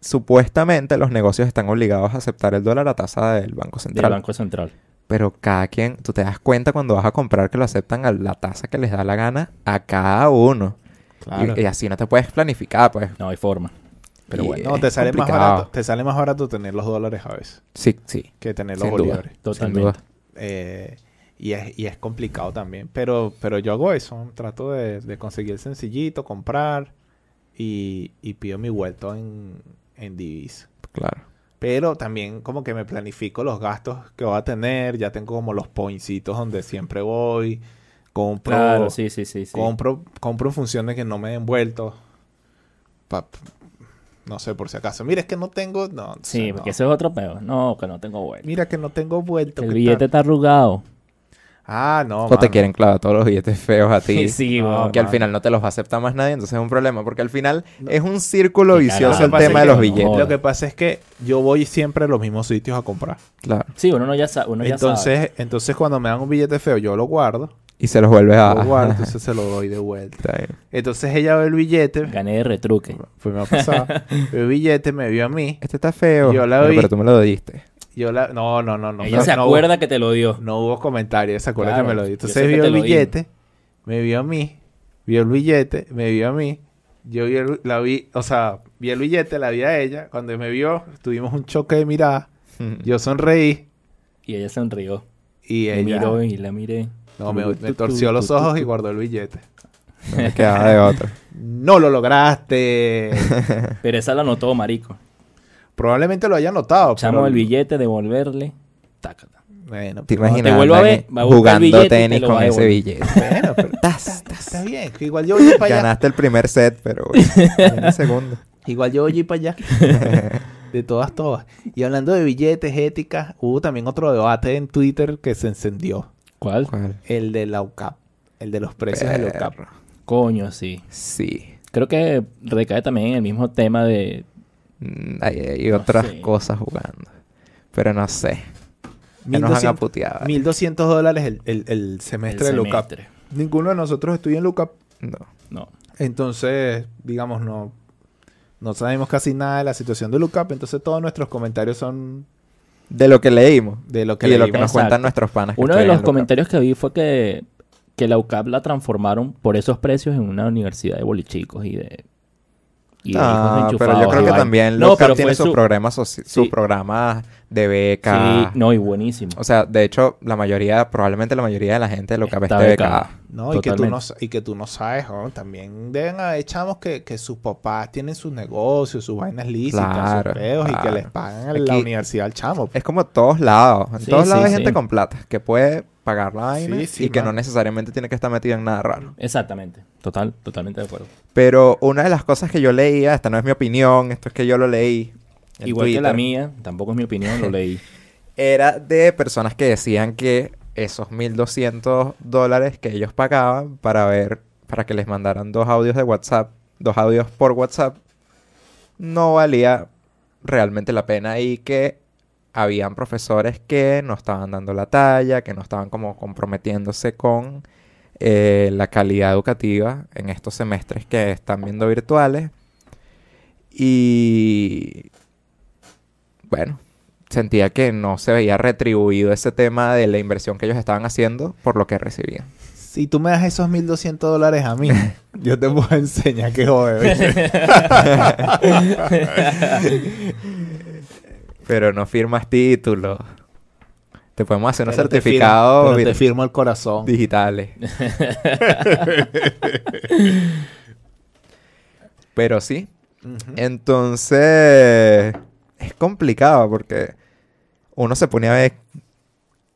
C: supuestamente los negocios están obligados a aceptar el dólar a tasa del Banco
A: Del
C: Central.
A: Banco Central.
C: Pero cada quien, tú te das cuenta cuando vas a comprar que lo aceptan a la tasa que les da la gana a cada uno. Y-
B: Claro.
C: Y, así no te puedes planificar, pues.
A: No hay forma. Pero
C: Y-
A: bueno,
B: No, te
C: es
B: sale más
C: complicado.
B: barato. Te sale más barato tener los dólares a veces
C: Sí, sí.
B: que tener los
C: Sin duda.
B: bolívares.
C: Sin
A: totalmente.
C: duda.
B: Eh, y, es, y es complicado también. Pero, pero yo hago eso. Trato de, de conseguir sencillito, comprar y, y pido mi vuelto en, en divisa.
C: Claro.
B: Pero también como que me planifico los gastos que voy a tener. Ya tengo como los pointsitos donde siempre voy. Compro,
A: Claro, sí, sí, sí. sí.
B: compro, compro funciones que no me den vueltos. Pa- no sé, por si acaso. Mira, es que no tengo... No, o sea,
A: Sí,
B: no.
A: porque eso es otro peor. No, que no tengo vuelta.
B: Mira que no tengo vuelto.
A: El
B: ¿qué
A: billete
B: tal?
A: está arrugado.
B: Ah, no,
C: o te
B: mano.
C: quieren clavar todos los billetes feos a
A: Sí,
C: ti.
A: Oh, sí,
B: No,
A: weón.
C: Que al
B: mano.
C: final no te los acepta más nadie, entonces es un problema, porque al final
B: No.
C: es un círculo
A: Qué
C: vicioso
A: carajo.
C: el
A: Lo que
C: tema
A: pasa
C: de
A: es que
C: los
A: no
C: billetes.
A: joda.
B: Lo que pasa es que yo voy siempre a los mismos sitios a comprar.
C: Claro.
A: Sí, uno no ya sabe. Uno ya sabe.
B: entonces, entonces cuando me dan un billete feo, yo lo guardo.
C: Y se los vuelves a...
A: Oh,
B: Lo guardo, entonces se lo doy de vuelta.
C: Está bien.
B: Entonces ella ve el billete.
A: Gané de retruque.
B: Fue me ha pasado. Ve el billete, me vio a mí.
C: Este está feo.
B: Yo la
C: Bueno,
B: vi.
C: Pero tú me lo diste.
B: Yo la... No, no, no, no.
A: Ella
B: no,
A: se
B: no
A: acuerda que te lo
B: hubo-
A: dio.
B: No hubo comentario, se acuerda
A: Claro,
B: que me lo dio.
A: yo
B: Entonces
A: sé que
B: vio
A: te
B: el
A: lo di.
B: billete, me vio a mí, vio el billete, me vio a mí. Yo vi el- la vi, o sea, vi el billete, la vi a ella. Cuando me vio, tuvimos un choque de mirada. Yo sonreí
A: Y ella sonrió.
B: y
A: Me
B: ella... Eh.
A: miró y la miré.
B: No, me, me torció los ojos y guardó el billete.
C: No me quedaba de otro.
B: No lo lograste.
A: Pero esa la notó, marico.
B: Probablemente lo haya notado.
A: Echamos
B: pero-
A: el billete, devolverle. Tácata.
B: Bueno,
C: Te
B: pero-
C: imaginas
A: te vuelvo a
C: alguien
A: ver, va a buscar el billete
C: jugando
A: y te
C: tenis
A: lo
C: con
A: va a
C: ese
A: devolver.
C: billete.
B: Bueno, pero
C: Tas, tas.
B: está bien. que Igual yo voy a ir para allá.
C: Ganaste el primer set, pero bueno, en el segundo.
B: Igual yo voy a ir para allá. De todas, todas. Y hablando de billetes, éticas, hubo también otro debate en Twitter que se encendió.
A: ¿Cuál?
C: ¿Cuál?
B: El de la UCAP. El de los precios de la UCAP.
A: Coño, sí.
C: Sí.
A: Creo que recae también en el mismo tema de...
C: Mm, Hay, hay
A: No
C: otras
A: sé.
C: cosas jugando. Pero no sé. Ya nos han
B: 1200
C: aputeado.
B: 1200 dólares el, el- el
A: el
B: semestre de la UCAP.
A: semestre.
B: Ninguno de nosotros estudia en la UCAP.
C: No.
A: No.
B: Entonces, digamos, no, no sabemos casi nada de la situación de Lucap. Entonces, todos nuestros comentarios son
C: De lo que leímos.
B: de lo que
C: Y de lo que
B: leímos.
C: nos
A: Exacto.
C: cuentan nuestros panas. que
A: Uno de
C: estudian
A: los
C: en Lucca.
A: comentarios que vi fue que, que la UCAP la transformaron por esos precios en una universidad de bolichicos y de... y de hijos
C: Ah, pero
A: enchufados
C: yo
A: y
C: creo que
A: vaina.
C: también
A: No,
C: Lucca
A: pero
C: tiene
A: fue
C: sus
A: su-
C: programas soci- sus
A: Sí.
C: programas de
A: Sí,
C: beca.
A: no, y buenísimo.
C: O sea, de hecho, la mayoría, probablemente la mayoría de la gente de Lucca
A: Está
C: esté becada.
A: becada.
B: ¿no? Y que, tú no
A: Totalmente.
B: sa- y que tú no sabes, ¿no? También deben haber chamos que, que sus papás tienen sus negocios, sus vainas lícitas,
C: Claro,
B: sus peos y que
C: claro.
B: les pagan a la
C: Aquí-
B: universidad al chamo.
C: Es como todos lados. En
A: Sí,
C: todos lados
A: sí,
C: hay gente
A: sí.
C: con plata que puede pagar la vaina
B: Sí, sí,
C: y que
B: man.
C: no necesariamente tiene que estar metida en nada raro.
A: Exactamente. Total, totalmente de acuerdo.
C: Pero una de las cosas que yo leía, esta no es mi opinión, esto es que yo lo leí. en
A: Igual que la
C: Twitter,
A: mía, tampoco es mi opinión, lo leí.
C: Era de personas que decían que esos 1.200 dólares que ellos pagaban para ver, para que les mandaran dos audios de WhatsApp, dos audios por WhatsApp, no valía realmente la pena y que habían profesores que no estaban dando la talla, que no estaban como comprometiéndose con eh, la calidad educativa en estos semestres que están viendo virtuales. Y bueno, sentía que no se veía retribuido ese tema de la inversión que ellos estaban haciendo por lo que recibían.
B: Si tú me das esos 1.200 dólares a mí, yo te puedo enseñar que jode. ¿viste?
C: Pero no firmas títulos. Te podemos hacer unos
B: Pero te firmo-
C: certificados
B: pero te
C: vir-
B: firmo el corazón.
C: digitales. Pero sí,
B: Ujú.
C: Entonces, es complicado porque uno se pone a ver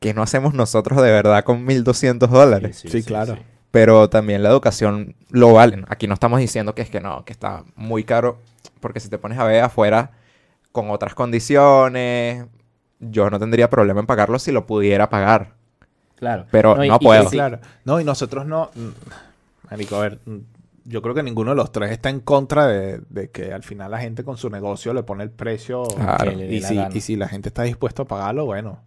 C: que no hacemos nosotros de verdad con 1.200 dólares.
B: sí, claro.
C: Pero también la educación lo valen. Aquí no estamos diciendo que es que no, que está muy caro. Porque si te pones a ver afuera con otras condiciones, yo no tendría problema en pagarlo si lo pudiera pagar.
A: Claro.
C: Pero
A: y-
C: no
A: y que
C: puedo.
A: sí-
B: Claro. No, y nosotros no. mm, Marico, a ver, mm, yo creo que ninguno de los tres está en contra de, de que al final la gente con su negocio le pone el precio.
C: Claro.
A: le dé
B: Y
A: la
B: si,
A: gana.
B: y si la gente está dispuesta a pagarlo, bueno.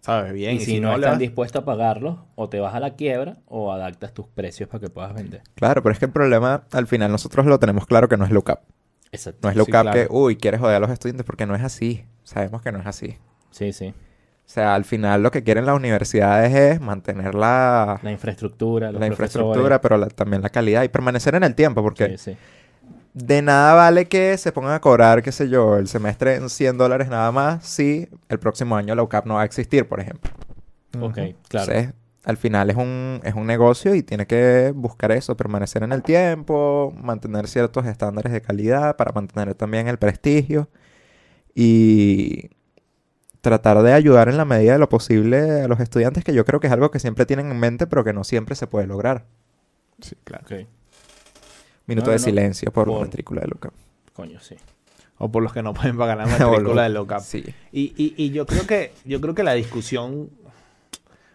B: ¿Sabes? Bien.
A: Y si, no,
B: le
A: están
B: vas-
A: dispuestos a pagarlos, o te vas a la quiebra o adaptas tus precios para que puedas vender.
C: Claro, pero es que el problema al final nosotros lo tenemos claro que no es look up.
A: Exacto.
C: No es look
B: Sí,
C: up
B: claro.
C: que, uy, quieres joder a los estudiantes porque no es así. Sabemos que no es así.
A: Sí, sí.
C: O sea, al final lo que quieren las universidades es mantener la,
A: La infraestructura, los
C: la
A: profesores.
C: infraestructura, pero la- también la calidad y permanecer en el tiempo, porque
A: Sí, sí.
C: de nada vale que se pongan a cobrar, qué sé yo, el semestre en 100 dólares nada más si el próximo año la UCAP no va a existir, por ejemplo.
A: Ok,
B: Ujú.
A: claro.
C: Entonces, al final es un, es un negocio y tiene que buscar eso, permanecer en el tiempo, mantener ciertos estándares de calidad para mantener también el prestigio y tratar de ayudar en la medida de lo posible a los estudiantes, que yo creo que es algo que siempre tienen en mente, pero que no siempre se puede lograr.
B: Sí, claro.
A: Ok.
C: Minuto
A: No,
C: de
A: no, no.
C: silencio por,
A: Por-
C: matrícula de Luca.
A: Coño, sí.
B: O por los que no pueden pagar la
C: O lo-
B: matrícula de loca.
C: Sí.
B: Y, y, y yo creo que yo creo que la discusión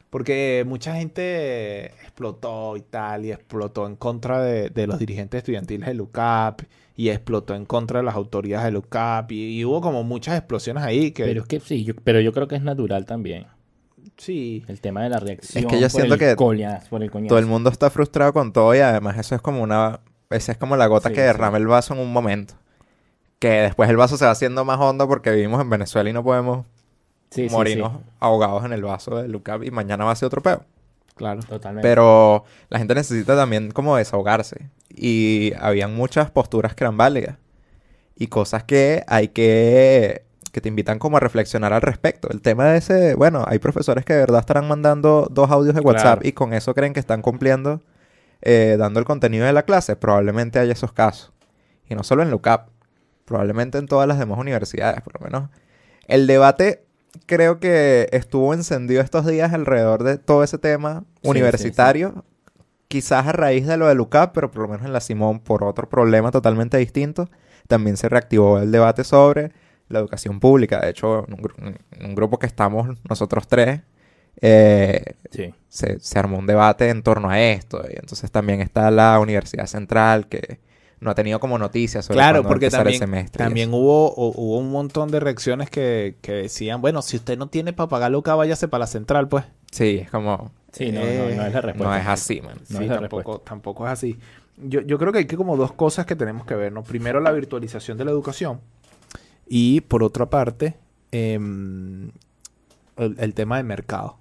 B: porque mucha gente explotó y tal y explotó en contra de, de los dirigentes estudiantiles del UCAP y explotó en contra de las autoridades del UCAP y, y hubo como muchas explosiones ahí que
A: Pero es que sí, yo, pero yo creo que es natural también.
B: sí
A: El tema de la reacción.
C: yo
A: por
C: siento
A: el
C: que
A: coñazo, por el coñazo.
C: Todo el mundo está frustrado con todo y además eso es como una... Esa es como la gota
A: Sí,
C: que
A: sí.
C: derrama el vaso en un momento. Que después el vaso se va haciendo más hondo porque vivimos en Venezuela y no podemos
A: Sí, sí, sí.
C: morirnos ahogados en el vaso de Lucap y mañana va a ser otro peo.
B: claro
A: Totalmente.
C: Pero la gente necesita también como desahogarse. Y habían muchas posturas que eran válidas. Y cosas que hay que... que te invitan como a reflexionar al respecto. El tema de ese... Bueno, hay profesores que de verdad estarán mandando dos audios de WhatsApp
A: Claro.
C: y con eso creen que están cumpliendo eh, dando el contenido de la clase. Probablemente haya esos casos. Y no solo en LUCAP. Probablemente en todas las demás universidades, por lo menos. El debate creo que estuvo encendido estos días alrededor de todo ese tema
A: sí,
C: universitario. Quizás a raíz de lo de Lucap, pero por lo menos en la Simón, por otro problema totalmente distinto, también se reactivó el debate sobre la educación pública. De hecho, en un, gru- en un grupo que estamos nosotros tres, eh,
A: Sí.
C: se, se armó un debate en torno a esto. Y entonces también está la Universidad Central, que no ha tenido como noticias sobre
B: Claro,
C: cuándo va a
B: porque
C: empezar el
B: también,
C: semestre. y
B: también
C: eso.
B: hubo, hu- hubo un montón de reacciones que, que decían, bueno, si usted no tiene para pagar loca, váyase para la central, pues.
C: Sí, es como... eh,
A: Sí, no, no, no es la respuesta.
C: No es así, man.
A: No
B: sí,
A: es la
B: tampoco, tampoco es así. Yo, yo creo que hay que como dos cosas que tenemos que ver, ¿no? Primero, la virtualización de la educación. Y por otra parte, em, el, el tema de mercado.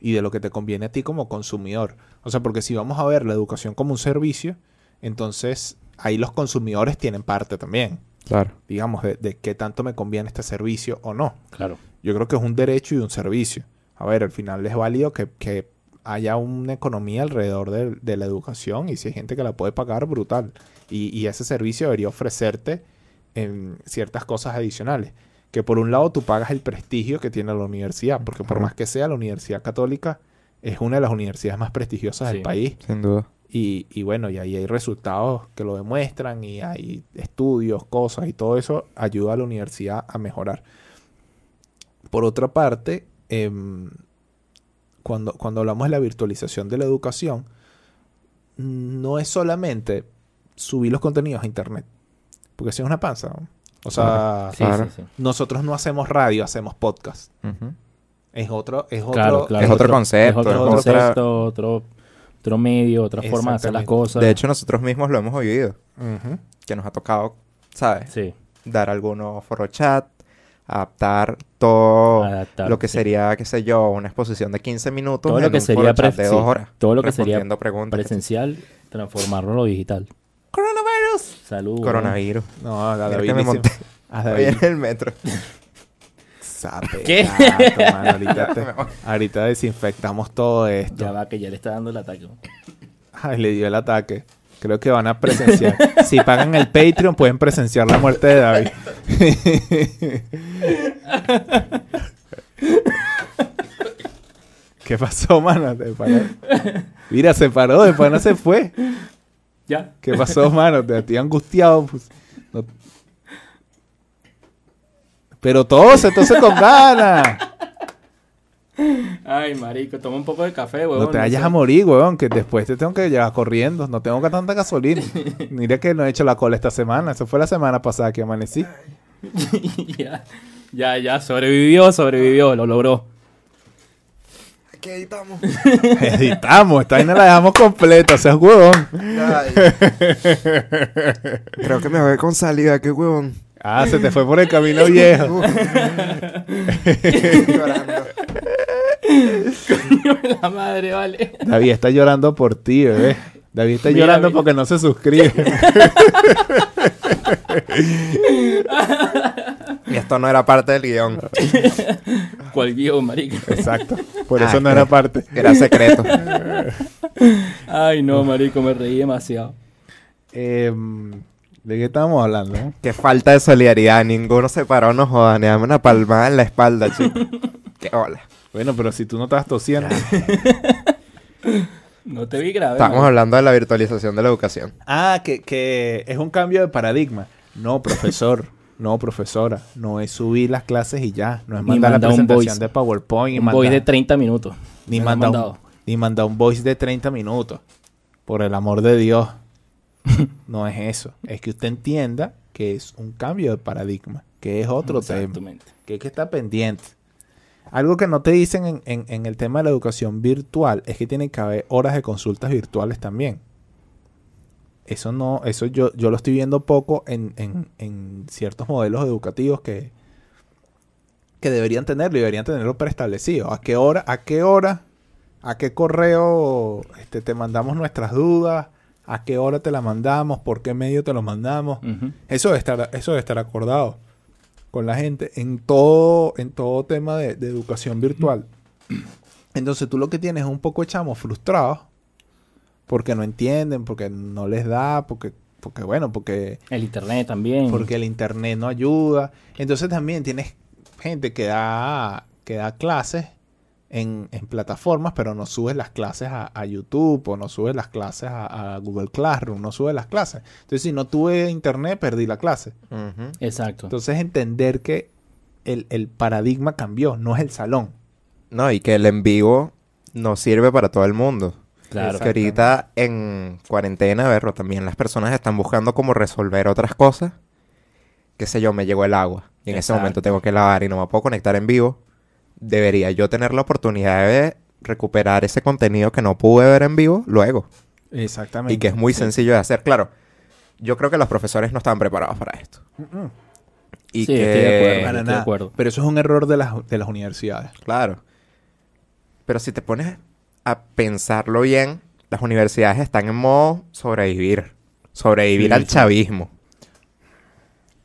B: Y de lo que te conviene a ti como consumidor. O sea, porque si vamos a ver la educación como un servicio, entonces ahí los consumidores tienen parte también.
C: Claro.
B: Digamos, de, de qué tanto me conviene este servicio o no.
A: Claro.
B: Yo creo que es un derecho y un servicio. A ver, al final es válido que, que haya una economía alrededor de, de la educación y si hay gente que la puede pagar, brutal. Y, y ese servicio debería ofrecerte en ciertas cosas adicionales. Que por un lado tú pagas el prestigio que tiene la universidad, porque por
C: Ajá.
B: más que sea, la Universidad Católica es una de las universidades más prestigiosas del
A: Sí.
B: país.
C: Sin duda.
B: Y, y bueno, y ahí hay resultados que lo demuestran y hay estudios, cosas y todo eso ayuda a la universidad a mejorar. Por otra parte, em, cuando, cuando hablamos de la virtualización de la educación, no es solamente subir los contenidos a internet, porque si es una panza. ¿no? O sea,
A: Sí,
C: Claro.
A: sí, sí.
B: nosotros no hacemos radio, hacemos podcast.
C: Ujú.
B: Es otro, es otro,
A: Claro, claro.
C: es otro
A: otro- Es
C: concepto.
A: otro
B: otra-
C: es otra-
A: concepto, otro, otro medio, otra forma de hacer las
B: Exactamente.
A: cosas.
C: De hecho, nosotros mismos lo hemos oído.
B: Ujú.
C: Que nos ha tocado, ¿sabes?
A: sí.
C: Dar algunos foro chat, adaptar todo
A: adaptar,
C: lo que
A: sí.
C: sería, qué sé yo, una exposición de 15 minutos.
A: Todo lo
C: en
A: que
C: un
A: sería
C: foro chat
A: pref-
C: de
A: sí,
C: dos horas.
A: todo lo que sería
C: respondiendo preguntas.
A: presencial, transformarlo a lo digital.
C: Coronavirus.
A: Salud.
C: Coronavirus.
B: No, a
C: Mira
B: David,
C: que me
B: le hicimos-
C: monté.
B: a
C: Hoy
B: David
C: en el metro.
B: Sape,
A: ¿Qué?
B: gato, mano, ahorita, te- ahorita desinfectamos todo esto.
A: Ya va, que ya le está dando el ataque.
B: Ay, le dio el ataque. Creo que van a presenciar. si pagan el Patreon, pueden presenciar la muerte de David. ¿Qué pasó, mano? Te paró. Mira, se paró, de pana se fue.
A: Ya.
B: ¿Qué pasó, mano? Te estoy angustiado. pues. No- Pero todos, entonces con ganas.
A: Ay, marico, toma un poco de café, huevón.
B: No te vayas
A: sé.
B: a morir, weón, que después te tengo que llevar corriendo. No tengo tanta gasolina. Mira que no he hecho la cola esta semana. Eso fue la semana pasada que amanecí.
A: ya, ya, ya, sobrevivió, sobrevivió, lo logró.
C: ¿Qué editamos?
B: Editamos, esta vaina la dejamos completa, seas huevón.
C: Creo que me voy con salida, qué huevón.
B: Ah, se te fue por el camino viejo.
C: Llorando.
A: La madre, vale.
B: David está llorando por ti, bebé. David está
A: Mira,
B: llorando
A: mira.
B: porque no se suscribe.
C: Y esto no era parte del guión.
A: ¿Cuál guión, marico?
B: Exacto.
A: Ah,
B: Por eso
C: Ay,
B: no era parte.
C: Era secreto.
A: Ay, no, marico, me reí demasiado.
B: Em, ¿De qué estábamos hablando? eh?
C: Qué falta de solidaridad. Ninguno se paró, no jodan. Dame una palmada en la espalda, chico. Qué hola.
B: Bueno, pero si tú no estabas tosiendo.
A: No te vi grave.
C: Estábamos
A: marico.
C: hablando de la virtualización de la educación.
B: Ah, que, que es un cambio de paradigma. No, profesor. no, profesora. No es subir las clases y ya. No es
A: Ni
B: mandar la
A: manda un
B: presentación
A: voice.
B: de PowerPoint. y
A: Un voice de
B: mandar-
A: 30 minutos.
B: ni
A: Me lo
B: manda
A: han
B: un,
A: mandado.
B: ni manda un voice de 30 minutos. Por el amor de Dios. no es eso. Es que usted entienda que es un cambio de paradigma. Que es otro tema
A: Exactamente.
B: que hay que estar pendiente. Algo que no te dicen en, en- en el tema de la educación virtual es que tiene que haber horas de consultas virtuales también. Eso no, eso yo, yo lo estoy viendo poco en, en- en ciertos modelos educativos que, que deberían tenerlo y deberían tenerlo preestablecido. ¿A qué hora? ¿A qué hora? ¿A qué correo este, te mandamos nuestras dudas? ¿A qué hora te la mandamos? ¿Por qué medio te lo mandamos?
A: Ujú.
B: Eso debe estar, eso debe estar acordado con la gente en todo, en todo tema de, de educación virtual. Entonces tú lo que tienes es un poco de chamos frustrados porque no entienden, porque no les da, porque, porque bueno, porque,
A: El internet también.
B: porque el internet no ayuda. Entonces también tienes gente que da, que da clases en, en plataformas, pero no subes las clases a, a YouTube o no subes las clases a, a Google Classroom, no subes las clases. Entonces si no tuve internet, perdí la clase.
C: Ujú.
A: Exacto.
B: Entonces entender que el, el paradigma cambió, no es el salón.
C: No, y que el en vivo no sirve para todo el mundo.
A: claro.
C: Que ahorita en cuarentena, verlo, también las personas están buscando cómo resolver otras cosas. Qué sé yo, me llegó el agua. Y en ese
A: Exacto.
C: momento tengo que lavar y no me puedo conectar en vivo. Debería yo tener la oportunidad de recuperar ese contenido que no pude ver en vivo luego.
B: Exactamente.
C: Y que es muy sencillo de hacer. Claro, yo creo que los profesores no estaban preparados para esto. Y
A: Sí,
C: que,
A: estoy de acuerdo.
B: Para
A: Eh, estoy de
B: nada.
A: acuerdo.
B: Pero eso es un error de las, de las universidades.
C: Claro. Pero si te pones a pensarlo bien, las universidades están en modo sobrevivir. Sobrevivir
A: Sí,
C: al
A: sí.
C: chavismo.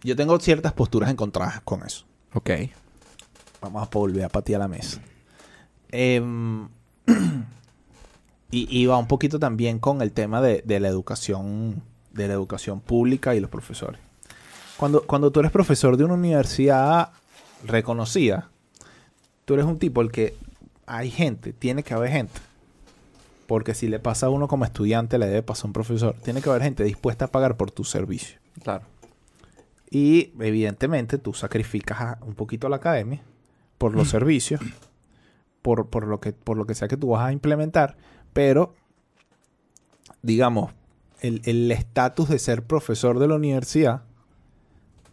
B: Yo tengo ciertas posturas encontradas con eso.
C: Ok.
B: Vamos a volver a patear la mesa. Em, Y, y va un poquito también con el tema de, de la educación, de la educación pública y los profesores. Cuando, cuando tú eres profesor de una universidad reconocida, tú eres un tipo el que hay gente, tiene que haber gente. Porque si le pasa a uno como estudiante, le debe pasar a un profesor. Tiene que haber gente dispuesta a pagar por tu servicio.
C: Claro.
B: Y evidentemente tú sacrificas a- un poquito a la academia por los servicios, por, por lo que, por lo que sea que tú vas a implementar, pero digamos, el el estatus de ser profesor de la universidad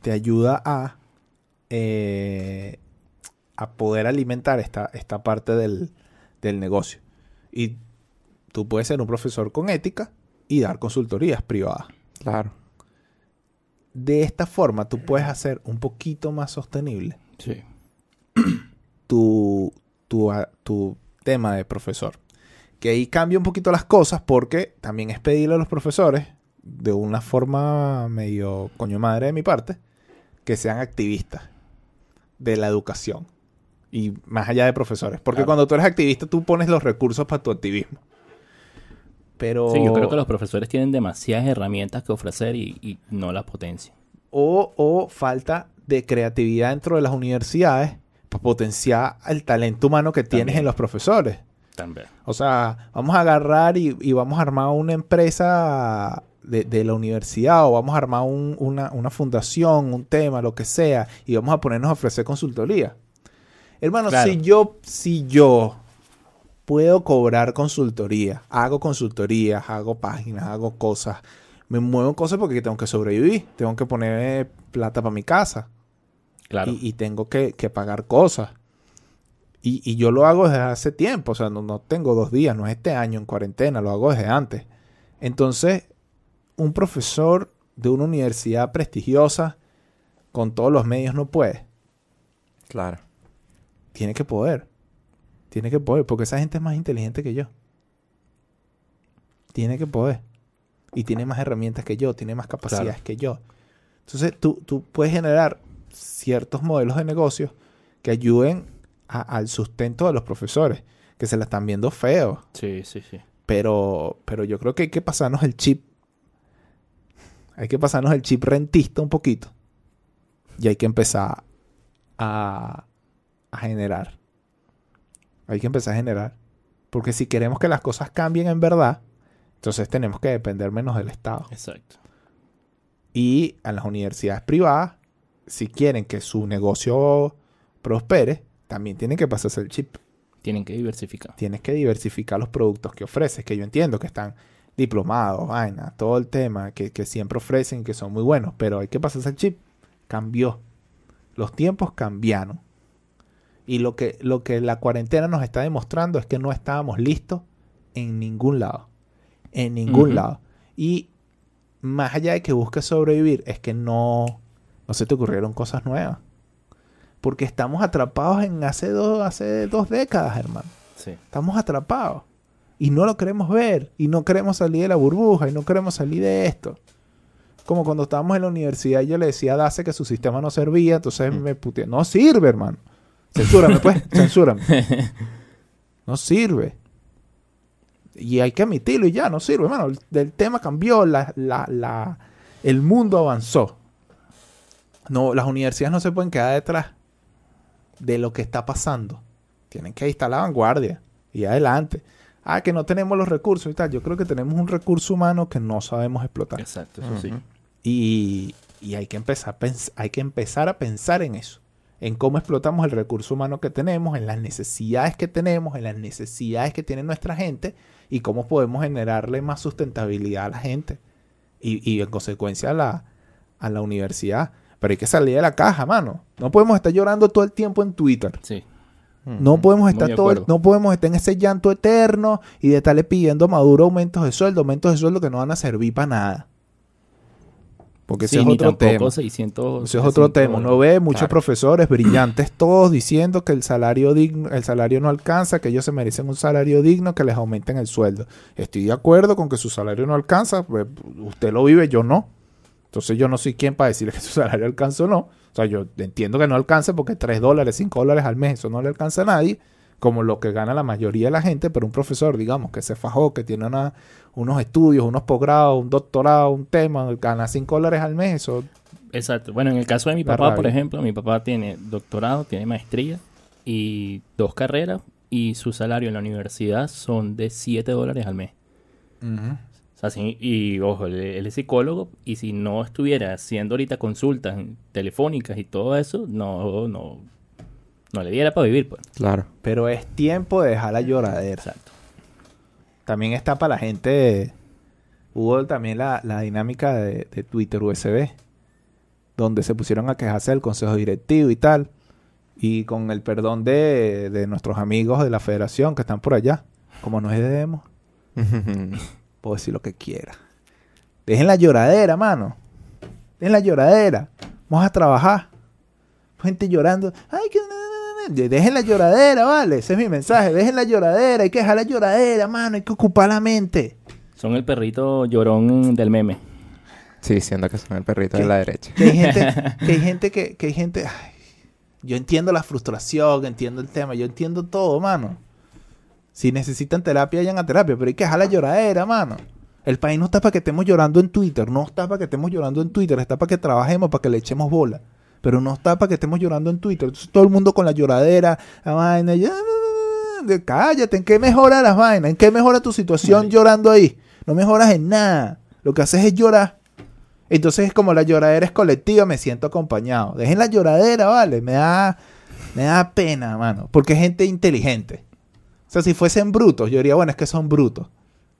B: te ayuda a, eh, a poder alimentar esta, esta parte del, del negocio. Y tú puedes ser un profesor con ética y dar consultorías privadas.
C: Claro.
B: De esta forma tú puedes hacer un poquito más sostenible
A: Sí.
B: tu, tu, a- tu tema de profesor. Que ahí cambia un poquito las cosas porque también es pedirle a los profesores, de una forma medio coño madre de mi parte, que sean activistas de la educación. Y más allá de profesores. Porque
A: Claro.
B: cuando tú eres activista tú pones los recursos para tu activismo. Pero...
A: Sí, yo creo que los profesores tienen demasiadas herramientas que ofrecer y, y no las potencian.
B: o, o falta de creatividad dentro de las universidades para potenciar el talento humano que tienes
A: También.
B: en los profesores.
A: También.
B: O sea, vamos a agarrar y, y vamos a armar una empresa de, de la universidad o vamos a armar un- una, una fundación, un tema, lo que sea, y vamos a ponernos a ofrecer consultoría. Hermano,
A: Claro.
B: si yo, si yo puedo cobrar consultoría, hago consultorías, hago páginas, hago cosas, me muevo en cosas porque tengo que sobrevivir, tengo que poner plata para mi casa
A: Claro.
B: y, y tengo que, que pagar cosas. Y, y yo lo hago desde hace tiempo, o sea, no, no tengo dos días, no es este año en cuarentena, lo hago desde antes. Entonces, un profesor de una universidad prestigiosa con todos los medios no puede,
C: Claro.
B: tiene que poder, tiene que poder, porque esa gente es más inteligente que yo. Tiene que poder. Y tiene más herramientas que yo, tiene más capacidades que yo. Entonces tú, tú puedes generar ciertos modelos de negocios que ayuden a- al sustento de los profesores, que se la están viendo feos.
A: Sí, sí, sí.
B: Pero, pero yo creo que hay que pasarnos el chip. Hay que pasarnos el chip rentista un poquito. Y hay que empezar a, a generar. Hay que empezar a generar. Porque si queremos que las cosas cambien en verdad, entonces tenemos que depender menos del Estado.
A: Exacto.
B: Y a las universidades privadas, si quieren que su negocio prospere, también tienen que pasarse el chip
A: Tienen que diversificar.
B: tienes que diversificar los productos que ofreces, que yo entiendo que están diplomados, vaina, todo el tema, que, que siempre ofrecen, que son muy buenos, pero hay que pasarse el chip. Cambió. Los tiempos cambiaron. Y lo que, lo que la cuarentena nos está demostrando es que no estábamos listos en ningún lado. En ningún
A: Ujú.
B: lado. Y más allá de que busques sobrevivir, es que no, no se te ocurrieron cosas nuevas. Porque estamos atrapados en hace dos, hace dos décadas, hermano.
A: Sí.
B: Estamos atrapados. Y no lo queremos ver. Y no queremos salir de la burbuja. Y no queremos salir de esto. Como cuando estábamos en la universidad, yo le decía a Dace que su sistema no servía. Entonces me puteé. No sirve, hermano. Censúrame, pues. Censúrame. No sirve. Y hay que admitirlo y ya, no sirve, hermano. El, el tema cambió, la- la- la- el mundo avanzó. No, las universidades no se pueden quedar detrás de lo que está pasando. Tienen que estar a la vanguardia y adelante. Ah, que no tenemos los recursos y tal. Yo creo que tenemos un recurso humano que no sabemos explotar.
A: Exacto, eso sí.
C: Ujú.
B: Y, y hay, que empezar a pens- hay que empezar a pensar en eso, en cómo explotamos el recurso humano que tenemos, en las necesidades que tenemos, en las necesidades que tiene nuestra gente y cómo podemos generarle más sustentabilidad a la gente y, y en consecuencia a la, a la universidad. Pero hay que salir de la caja, mano. No podemos estar llorando todo el tiempo en Twitter.
A: Sí.
B: No podemos
A: Muy
B: estar
A: de
B: todo, el-
A: acuerdo.
B: no podemos estar en ese llanto eterno y de estarle pidiendo a Maduro aumentos de sueldo, aumentos de sueldo que no van a servir para nada. Porque ese
A: Sí,
B: es
A: ni
B: otro
A: tampoco
B: tema.
A: 600,
B: Ese es otro
A: 700
B: tema. Uno
A: dólares.
B: ve muchos
C: Claro.
B: profesores brillantes, todos diciendo que el salario digno, el salario no alcanza, que ellos se merecen un salario digno, que les aumenten el sueldo. Estoy de acuerdo con que su salario no alcanza, pues, usted lo vive, yo no. Entonces yo no soy quien para decirle que su salario alcanza o no. O sea, yo entiendo que no alcance porque 3 dólares, 5 dólares al mes, eso no le alcanza a nadie. como lo que gana la mayoría de la gente, pero un profesor, digamos, que se fajó, que tiene una, unos estudios, unos posgrados, un doctorado, un tema, gana 5 dólares al mes, eso
A: Exacto. Bueno, en el caso de mi
B: Da
A: papá, por
B: rabia.
A: ejemplo, mi papá tiene doctorado, tiene maestría y dos carreras y su salario en la universidad son de 7 dólares al mes. O sea, sí, y ojo, él, él es psicólogo y si no estuviera haciendo ahorita consultas telefónicas y todo eso, no, no, no le diera para vivir, pues.
C: Claro.
B: Pero es tiempo de dejar la lloradera.
A: Exacto.
B: También está para la gente. Hubo también la, la dinámica de, de Twitter USB, donde se pusieron a quejarse del consejo directivo y tal. Y con el perdón de, de nuestros amigos de la federación que están por allá, como no es de demo, puedo decir lo que quiera. Dejen la lloradera, mano. Dejen la lloradera. Vamos a trabajar. Gente llorando. Ay, que... no, no, no, no. Dejen la lloradera, vale. Ese es mi mensaje. Dejen la lloradera. Hay que dejar la lloradera, mano. Hay que ocupar la mente.
A: Son el perrito llorón del meme.
C: sí, siendo que son el perrito
B: ¿Qué?
C: de la derecha.
B: Que hay gente que... Hay gente que, que hay gente... ay, yo entiendo la frustración, entiendo el tema. Yo entiendo todo, mano. Si necesitan terapia, vayan a terapia. Pero hay que dejar la lloradera, mano. El país no está para que estemos llorando en Twitter. No está para que estemos llorando en Twitter. Está para que trabajemos, para que le echemos bola. Pero no está para que estemos llorando en Twitter. Entonces, todo el mundo con la lloradera. La vaina. ya, de- cállate. ¿En qué mejora las vainas? ¿En qué mejora tu situación llorando ahí? No mejoras en nada. Lo que haces es llorar. Entonces, como la lloradera es colectiva, me siento acompañado. Dejen la lloradera, vale. Me da, me da pena, mano. Porque es gente inteligente. O sea, si fuesen brutos, yo diría, bueno, es que son brutos.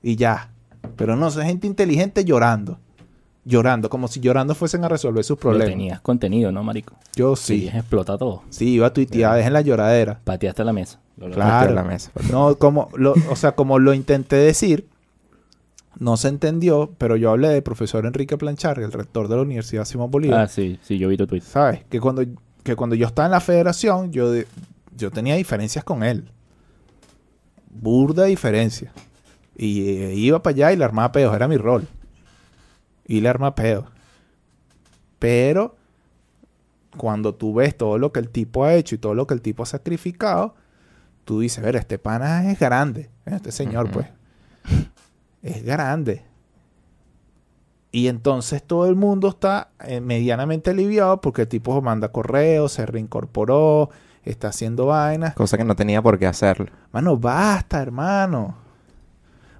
B: Y ya. Pero no, son gente inteligente llorando. Llorando, como si llorando fuesen a resolver sus
A: Pero
B: problemas.
A: tenías contenido, ¿no, marico?
B: Yo
A: Y
B: sí.
A: explota todo.
B: Sí, iba a tuitear, dejen la lloradera.
A: Pateaste la mesa. Lo logró.
B: Claro.
C: Claro. la mesa.
B: No, como lo, o sea, como lo intenté decir, no se entendió, pero yo hablé del profesor Enrique Planchar, el rector de la Universidad Simón Bolívar.
A: Ah, sí, sí, yo vi tu tweet.
B: ¿Sabes? Que cuando, que cuando yo estaba en la federación, yo, de- yo tenía diferencias con él. Burda diferencia. Y eh, iba para allá y le armaba peos. Era mi rol. Y le armaba peos. Pero cuando tú ves todo lo que el tipo ha hecho y todo lo que el tipo ha sacrificado, tú dices, ver, este pana es grande. Este señor,
C: Ujú.
B: pues. Es grande. Y entonces todo el mundo está eh, medianamente aliviado porque el tipo manda correos, se reincorporó, está haciendo vainas.
C: Cosa que no tenía por qué hacerlo.
B: Mano, basta, hermano.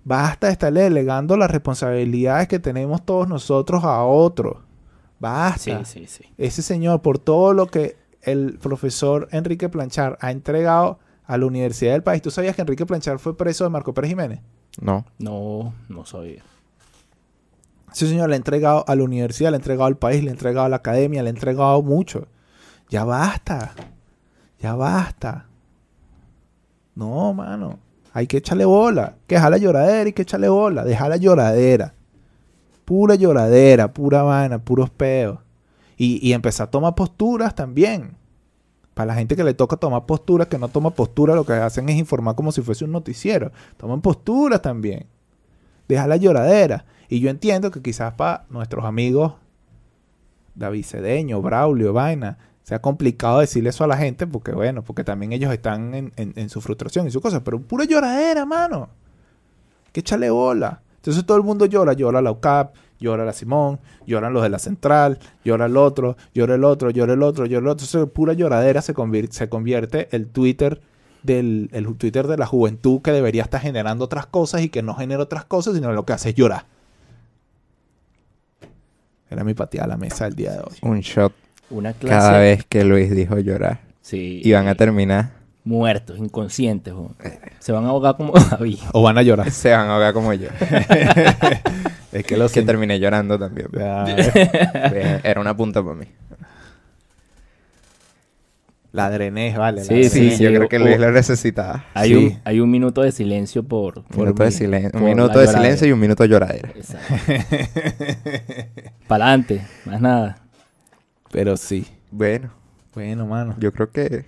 B: Basta de estarle delegando las responsabilidades que tenemos todos nosotros a otros.
A: Sí,
B: Basta.
A: sí, sí.
B: Ese señor, por todo lo que el profesor Enrique Planchar ha entregado a la Universidad del País. ¿Tú sabías que Enrique Planchar fue preso de Marco Pérez Jiménez?
C: No.
A: No, no sabía.
B: Ese señor le ha entregado a la universidad, le ha entregado al país, le ha entregado a la academia, le ha entregado mucho. Ya basta. Ya basta. No, mano. Hay que echarle bola. Que dejar la lloradera y que echarle bola. Dejar la lloradera. Pura lloradera, pura vaina, puros peos. Y, y empezar a tomar posturas también. Para la gente que le toca tomar posturas, que no toma postura, lo que hacen es informar como si fuese un noticiero. Toman posturas también deja la lloradera. Y yo entiendo que quizás para nuestros amigos David Cedeño, Braulio, Vaina, sea complicado decirle eso a la gente porque, bueno, porque también ellos están en, en- en su frustración y su cosa, pero pura lloradera, mano. Hay Que échale bola. Entonces todo el mundo llora, llora la UCAP, llora la Simón, lloran los de la Central, llora el otro, llora el otro, llora el otro, llora el otro. Entonces pura lloradera se convierte, se convierte el Twitter del el Twitter de la juventud que debería estar generando otras cosas y que no genera otras cosas, sino lo que hace es llorar. Era mi pateada a la mesa el día de hoy.
C: Un shot
A: Una clase.
C: cada vez que Luis dijo llorar.
A: Sí. eh,
C: Y van a Eh. terminar.
A: muertos, inconscientes. jo. Se van a ahogar como David.
B: O van a llorar.
C: Se van a ahogar como yo.
B: Es que lo
C: que
B: siento.
C: terminé llorando también.
B: Ah,
C: Era una punta para mí.
B: La drenés, vale. la
A: Sí,
C: Sí,
B: drenés.
A: sí,
C: yo
A: sí,
C: creo que
A: o-
C: Luis lo necesitaba.
A: Hay,
B: Sí.
A: un, hay un minuto de silencio por. por
C: Un minuto de
A: mí,
C: silencio,
A: por
C: un
A: la
C: minuto de
A: lloradera.
C: silencio y un minuto de lloradera.
A: Exacto. Para adelante, más nada.
B: Pero sí.
C: Bueno,
B: Bueno, mano.
C: yo creo que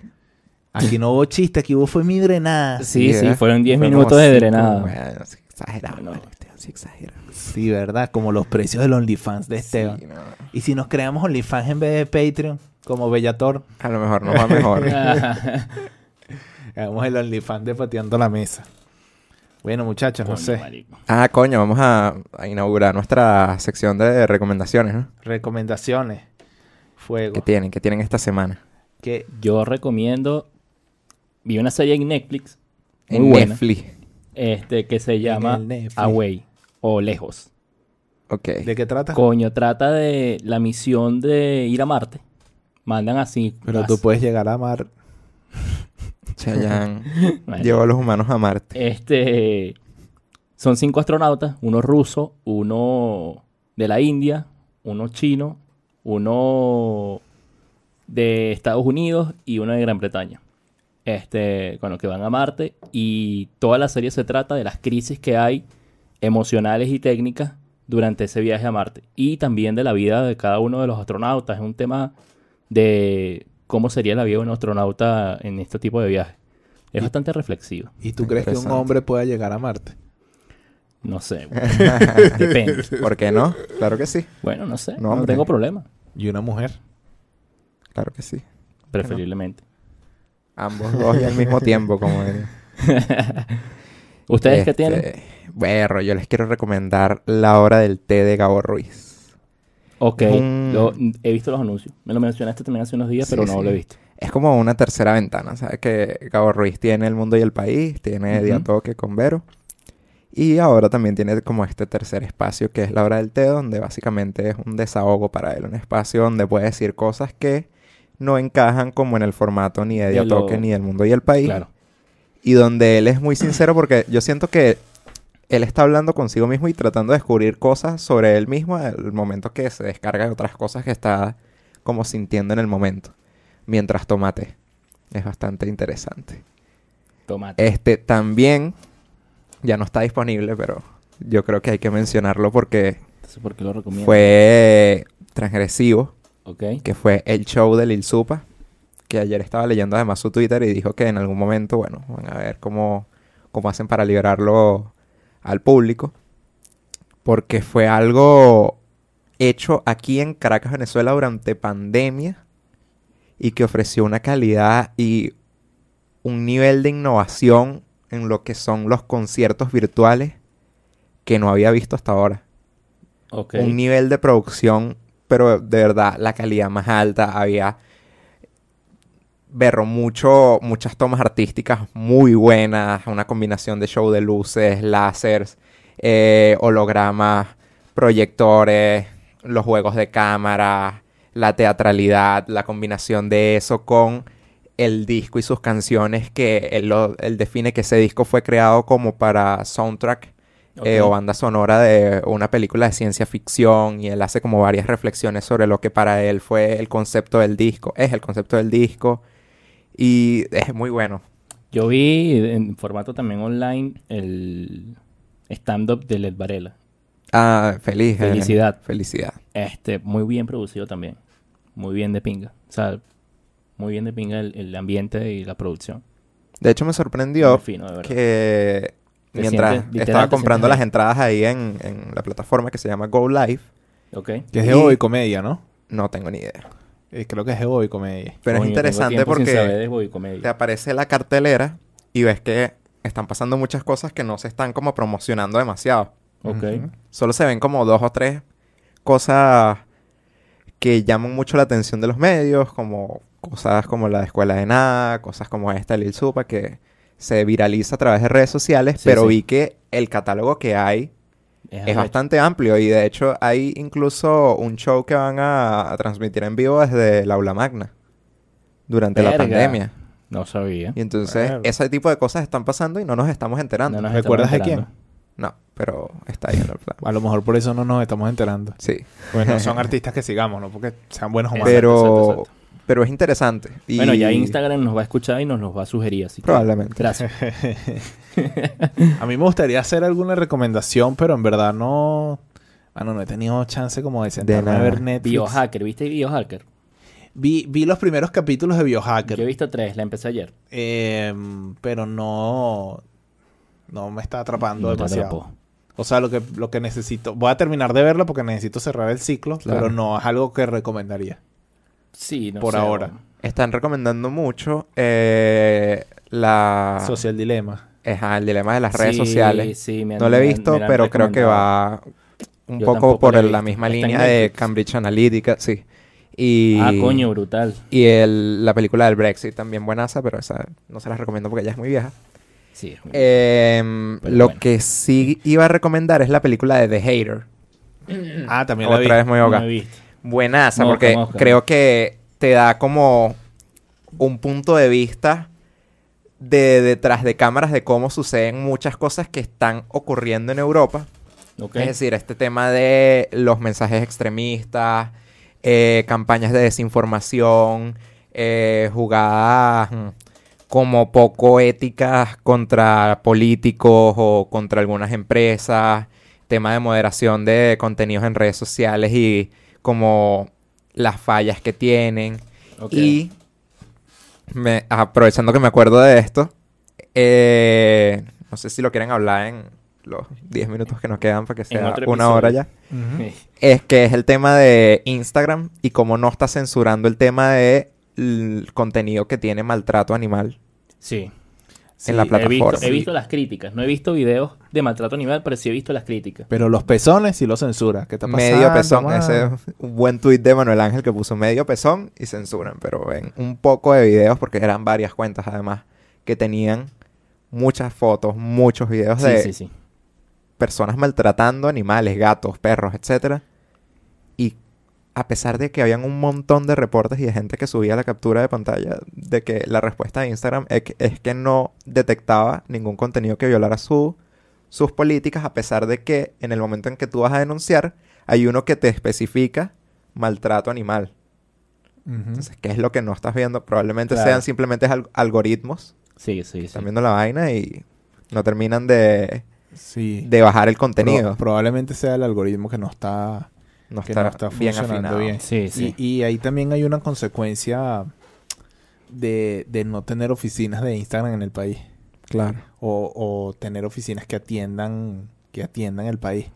B: Aquí no hubo chiste, aquí hubo fue mi drenada.
A: Sí, sí,
C: ¿eh?
A: fueron 10
C: Fue
A: minutos
C: como
A: de
C: cinco,
A: drenada.
C: bueno, sí, exagerado,
A: No.
C: vale, Esteban, sí, exagerado.
B: Sí, ¿verdad? Como los precios del OnlyFans de Esteban.
C: Sí, no.
B: Y si nos creamos OnlyFans en vez de Patreon, como Bellator.
C: A lo mejor no va mejor.
A: Ah,
B: Hagamos el OnlyFans de pateando la mesa. Bueno, muchachos,
A: Coño,
B: no sé.
A: marico.
C: Ah, coño, vamos a, a inaugurar nuestra sección de recomendaciones, ¿no?
B: Recomendaciones. Fuego.
C: ¿Qué tienen? ¿Qué tienen esta semana?
B: Que
A: Yo recomiendo. Vi una serie en Netflix. Muy
C: En
A: buena.
C: Netflix.
A: Este, que se llama
B: el Netflix.
A: Away o Lejos.
C: Ok.
B: ¿De qué trata?
A: Coño, trata de la misión de ir a Marte. Mandan así.
B: Pero
A: as-
B: tú puedes llegar a amar.
C: Chayanne
A: Bueno.
C: llevó a los humanos a Marte.
A: Este. Son cinco astronautas: uno ruso, uno de la India, uno chino, uno de Estados Unidos y uno de Gran Bretaña. Este, con los que van a Marte. Y toda la serie se trata de las crisis que hay emocionales y técnicas durante ese viaje a Marte. Y también de la vida de cada uno de los astronautas. Es un tema de cómo sería la vida de un astronauta en este tipo de viaje. Es bastante reflexivo.
B: ¿Y tú crees que un
C: Interesante.
B: hombre pueda llegar a Marte?
A: No sé. güey. Depende.
C: ¿Por qué no? Claro que sí.
A: Bueno, no sé.
C: No,
A: No,
C: hombre.
A: tengo problema.
B: ¿Y una mujer?
C: Claro que sí.
A: Preferiblemente.
C: Ambos dos y al mismo tiempo, como diría.
A: ¿Ustedes qué
C: Este,
A: tienen?
C: Berro, yo les quiero recomendar La Hora del Té de Gabo Ruiz.
A: Ok.
C: Mm.
A: lo- he visto los anuncios. Me lo mencionaste también hace unos días,
C: Sí,
A: pero no
C: sí.
A: lo he visto.
C: Es como una tercera ventana, ¿sabes? Que Gabo Ruiz tiene El Mundo y el País, tiene
A: Ujú.
C: Diatoque con Vero. Y ahora también tiene como este tercer espacio que es La Hora del Té, donde básicamente es un desahogo para él. Un espacio donde puede decir cosas que no encajan como en el formato ni de
A: De
C: Diatoque
A: lo-
C: ni del Mundo y el País.
A: Claro.
C: y donde él es muy sincero porque yo siento que él está hablando consigo mismo y tratando de descubrir cosas sobre él mismo al momento que se descarga de otras cosas que está como sintiendo en el momento mientras toma té. Es bastante interesante.
A: Tomate.
C: Este también ya no está disponible, pero yo creo que hay que mencionarlo porque
A: Entonces, ¿por qué lo recomiendo?
C: fue transgresivo
A: Ok.
C: que fue el show de Lil Supa, que ayer estaba leyendo además su Twitter y dijo que en algún momento, bueno, van a ver cómo, cómo hacen para liberarlo al público, porque fue algo hecho aquí en Caracas, Venezuela, durante pandemia y que ofreció una calidad y un nivel de innovación en lo que son los conciertos virtuales que no había visto hasta ahora
A: Ok.
C: un nivel de producción, pero de verdad la calidad más alta. Había berro mucho, muchas tomas artísticas muy buenas, una combinación de show de luces, láseres, eh, hologramas, proyectores, los juegos de cámara, la teatralidad, la combinación de eso con el disco y sus canciones que él, lo- él define que ese disco fue creado como para soundtrack eh,
A: Ok.
C: o banda sonora de una película de ciencia ficción y él hace como varias reflexiones sobre lo que para él fue el concepto del disco, es el concepto del disco y es muy bueno.
A: Yo vi en formato también online el stand-up de Led Varela.
C: Ah, feliz. Helen.
A: Felicidad.
C: Felicidad.
A: Este, muy bien producido también. Muy bien de pinga. O sea, muy bien de pinga el, el ambiente y la producción.
C: De hecho me sorprendió
A: Muy fino, de verdad.
C: que
A: Te
C: mientras
A: sientes- literal,
C: estaba
A: te
C: comprando
A: sientes
C: las
A: ahí.
C: entradas ahí en, en la plataforma que se llama Go Live,
A: Ok.
B: Que es
C: Y-
B: de hoy comedia, ¿no?
C: no tengo ni idea.
B: Eh, creo que es de hoy comedia.
C: Pero
A: Coño,
C: es
A: tengo
C: interesante
A: tiempo sin
C: porque...
A: saber de Bobby Comedia.
C: te aparece la cartelera y ves que están pasando muchas cosas que no se están como promocionando demasiado.
A: Ok.
B: Ujú.
C: Solo se ven como dos o tres cosas que llaman mucho la atención de los medios, como cosas como la de Escuela de Nada, cosas como esta de Lil Supa, que se viraliza a través de redes sociales,
A: Sí,
C: pero
A: sí.
C: vi que el catálogo que hay es
A: arrecho.
C: bastante amplio y de hecho hay incluso un show que van a, a transmitir en vivo desde el aula magna durante la
A: Verga.
C: pandemia.
A: No sabía.
C: Y entonces
B: Verga.
C: ese tipo de cosas están pasando y no nos estamos enterando.
A: No
C: No,
A: nos
B: ¿Recuerdas de
A: estamos
B: quién?
A: enterando.
C: pero está ahí en el plan.
B: A lo mejor por eso no nos estamos enterando.
C: Sí.
B: Pues no son artistas que sigamos, ¿no? Porque sean buenos o malos.
A: Exacto,
C: pero,
A: exacto,
C: pero es interesante. Y
A: Bueno, ya Instagram nos va a escuchar y nos los va a sugerir, así que
C: Probablemente.
A: Gracias.
B: A mí me gustaría hacer alguna recomendación, pero en verdad no... Bueno, no he tenido chance como de sentarme a
C: nada.
B: ver Netflix.
A: Biohacker, ¿viste Biohacker?
B: Vi, vi los primeros capítulos de Biohacker.
A: Yo he visto tres, la empecé ayer.
B: Em, pero no... No me está atrapando
A: No te
B: demasiado.
A: atrapó.
B: O sea, lo que, lo que necesito... Voy a terminar de verlo porque necesito cerrar el ciclo,
C: Claro.
B: pero no es algo que recomendaría.
A: Sí, no
B: Por
A: sé,
B: ahora.
A: o-
C: Están recomendando mucho eh, la...
B: Social Dilema.
C: Ajá, el dilema de las redes
A: Sí,
C: sociales.
A: sí, me han-
C: no lo he
A: me han-
C: visto,
A: me la han
C: pero creo que va un
A: Yo
C: poco
A: tampoco
C: por
A: la he
C: la
A: visto.
C: misma
A: Está en
C: línea de
A: Netflix.
C: Cambridge Analytica, sí. Y,
A: Ah, coño, brutal.
C: Y el- la película del Brexit también buenaza, pero esa no se las recomiendo porque ya es muy vieja.
A: Sí, es muy-
C: Eh, Em,
A: Pero
C: lo
A: bueno.
C: que sí iba a recomendar es la película de The Hater.
A: Mm.
B: Ah, también la vi.
C: Otra vez muy
A: no
C: hoga.
A: he visto.
C: Buenaza,
A: Mosca,
C: porque
A: mosca.
C: creo que te da como un punto de vista de detrás de cámaras de cómo suceden muchas cosas que están ocurriendo en Europa.
A: Ok.
C: Es decir, este tema de los mensajes extremistas, eh, campañas de desinformación, eh, jugadas mm, como poco éticas contra políticos o contra algunas empresas, tema de moderación de contenidos en redes sociales y como las fallas que tienen.
A: Ok.
C: Y me- aprovechando que me acuerdo de esto, eh, no sé si lo quieren hablar en los 10 minutos que nos quedan para que sea
A: otro
C: una
A: episodio.
C: hora ya.
B: Ujú.
A: Sí.
C: Es que es el tema de Instagram y cómo no está censurando el tema de el contenido que tiene maltrato animal.
A: Sí.
B: Sí, eh,
C: en la
A: He visto,
C: plataforma.
A: he visto las críticas. No he visto videos de maltrato animal, pero sí he visto las críticas.
B: Pero los pezones sí los censura. ¿Qué está pasando?
C: Medio pezón.
B: mano?
C: Ese es un buen tuit de Manuel Ángel que puso medio pezón y censuran. Pero ven un poco de videos porque eran varias cuentas además que tenían muchas fotos, muchos videos
A: Sí,
C: de
A: sí, sí.
C: personas maltratando animales, gatos, perros, etcétera. Y a pesar de que habían un montón de reportes y de gente que subía la captura de pantalla de que la respuesta de Instagram es que, es que no detectaba ningún contenido que violara su, sus políticas, a pesar de que en el momento en que tú vas a denunciar, hay uno que te especifica maltrato animal.
B: Ujú.
C: Entonces, ¿qué es lo que no estás viendo? Probablemente
A: Claro.
C: sean simplemente alg- algoritmos.
A: Sí, sí, sí.
C: Están viendo la vaina y no terminan de,
B: Sí.
C: de bajar el
B: Pro-
C: contenido.
B: probablemente sea el algoritmo que no está,
C: no
B: que
C: está,
B: no está
C: bien
B: funcionando
C: afinado.
B: bien.
A: Sí, sí.
B: Y, y ahí también hay una consecuencia de, de no tener oficinas de Instagram en el país.
C: Claro.
B: O, o tener oficinas que atiendan, que atiendan el país.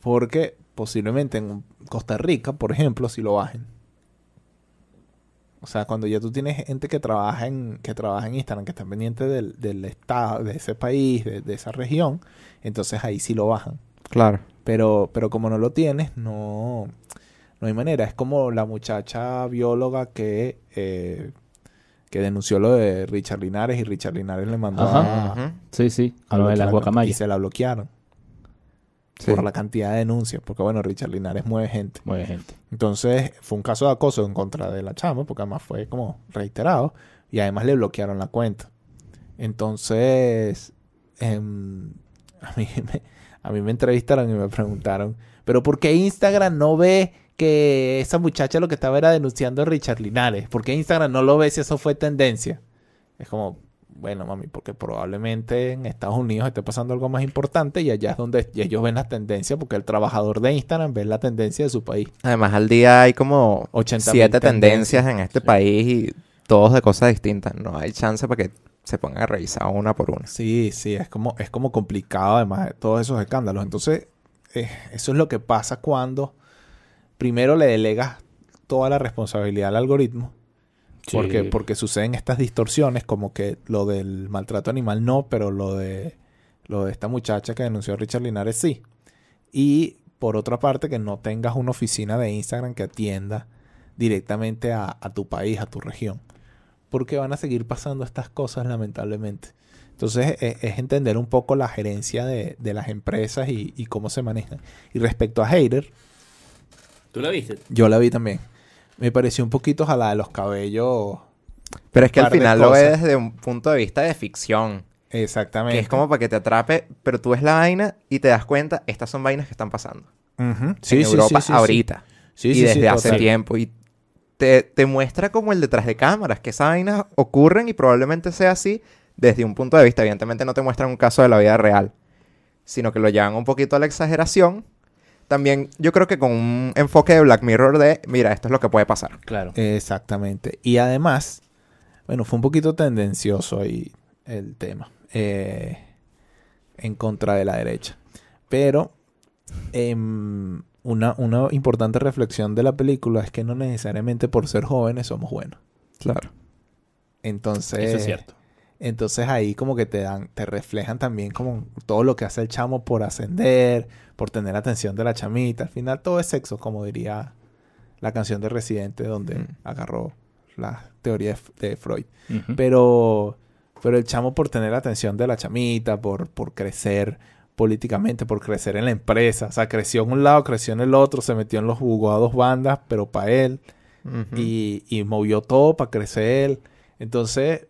B: Porque posiblemente en Costa Rica, por ejemplo, si lo bajen. O sea, cuando ya tú tienes gente que trabaja en, que trabaja en Instagram, que está pendiente del, del estado, de ese país, de, de esa región, entonces ahí sí lo bajan.
C: Claro.
B: Pero, pero como no lo tienes, no, no hay manera. Es como la muchacha bióloga que, eh, que denunció lo de Richard Linares y Richard Linares le mandó
A: Ajá.
B: a,
A: Sí, sí.
B: a
A: Hablo de las
B: bloquear la cuenta Y
A: guacamayas.
B: se la bloquearon
C: Sí.
B: por la cantidad de denuncias. Porque bueno, Richard Linares mueve gente.
A: Mueve gente.
B: Entonces fue un caso de acoso en contra de la chama, porque además fue como reiterado. Y además le bloquearon la cuenta. Entonces, em, a, mí me, a mí me entrevistaron y me preguntaron, pero ¿por qué Instagram no ve que esa muchacha lo que estaba era denunciando a Richard Linares? ¿Por qué Instagram no lo ve si eso fue tendencia? Es como, bueno, mami, porque probablemente en Estados Unidos esté pasando algo más importante y allá es donde y ellos ven las tendencias, porque el trabajador de Instagram ve la tendencia de su país.
C: Además, al día hay como
B: 80.000
C: siete tendencias en este
A: Sí.
C: país y todos de cosas distintas. No hay chance para que se pongan a revisar una por una.
B: Sí, sí, es como, es como complicado además de todos esos escándalos. Entonces, eh, eso es lo que pasa cuando primero le delegas toda la responsabilidad al algoritmo, porque,
A: Sí.
B: porque suceden estas distorsiones, como que lo del maltrato animal no, pero lo de, lo de esta muchacha que denunció a Richard Linares sí. Y por otra parte, que no tengas una oficina de Instagram que atienda directamente a, a tu país, a tu región. Porque van a seguir pasando estas cosas, lamentablemente. Entonces, e- es, entender un poco la gerencia de, de las empresas y, y cómo se manejan. Y respecto a Hater,
A: ¿Tú la viste?
B: yo la vi también. Me pareció un poquito a la de los cabellos.
C: Pero es que al
B: par de
C: final lo ves
B: cosas.
C: desde un punto de vista de ficción.
B: Exactamente.
C: Que es como para que te atrape, pero tú ves la vaina y te das cuenta, estas son vainas que están pasando.
B: Ujú.
C: en Europa
B: sí.
C: ahorita.
B: Sí,
C: y
B: sí, sí,
C: desde hace
B: total.
C: tiempo. Y te, te muestra como el detrás de cámaras, que esas vainas ocurren y probablemente sea así desde un punto de vista. Evidentemente no te muestran un caso de la vida real, sino que lo llevan un poquito a la exageración. También yo creo que con un enfoque de Black Mirror de, mira, esto es lo que puede pasar.
A: Claro.
B: Exactamente. Y además, bueno, fue un poquito tendencioso ahí el tema. eh, en contra de la derecha. Pero em, una, una importante reflexión de la película es que no necesariamente por ser jóvenes somos buenos.
C: Claro.
B: Entonces,
A: Eh, Eso es cierto.
B: Entonces ahí como que te dan, te reflejan también como todo lo que hace el chamo por ascender, por tener la atención de la chamita. Al final todo es sexo, como diría la canción de Residente, donde
C: Mm.
B: agarró la teoría de F- de Freud.
A: Ujú.
B: Pero, pero el chamo por tener la atención de la chamita, por, por crecer políticamente, por crecer en la empresa. O sea, creció en un lado, creció en el otro, se metió en los jugó a dos bandas, pero para él.
C: Ujú.
B: Y, y movió todo para crecer él. Entonces,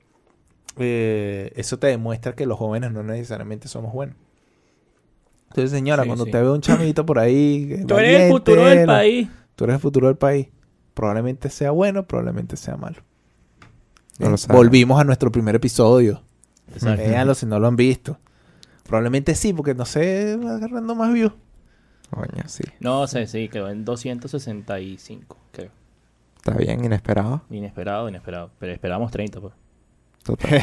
B: eh, eso te demuestra que los jóvenes no necesariamente somos buenos. Entonces, señora,
A: Sí,
B: cuando
A: sí.
B: te ve un chamito por ahí... eh,
A: Tú eres el
B: valiente,
A: futuro del
B: la-
A: país.
B: Tú eres el futuro del país. Probablemente sea bueno, probablemente sea malo.
C: No lo
B: Eh,
C: sabemos.
B: Volvimos a nuestro primer episodio.
A: Exacto.
B: Véanlo si no lo han visto. Probablemente sí, porque no sé, va agarrando más views.
C: Coño, sí.
A: No sé, sí, quedó en 265, creo.
C: Está bien, inesperado.
A: Inesperado, inesperado. Pero esperábamos 30, pues.
C: Total.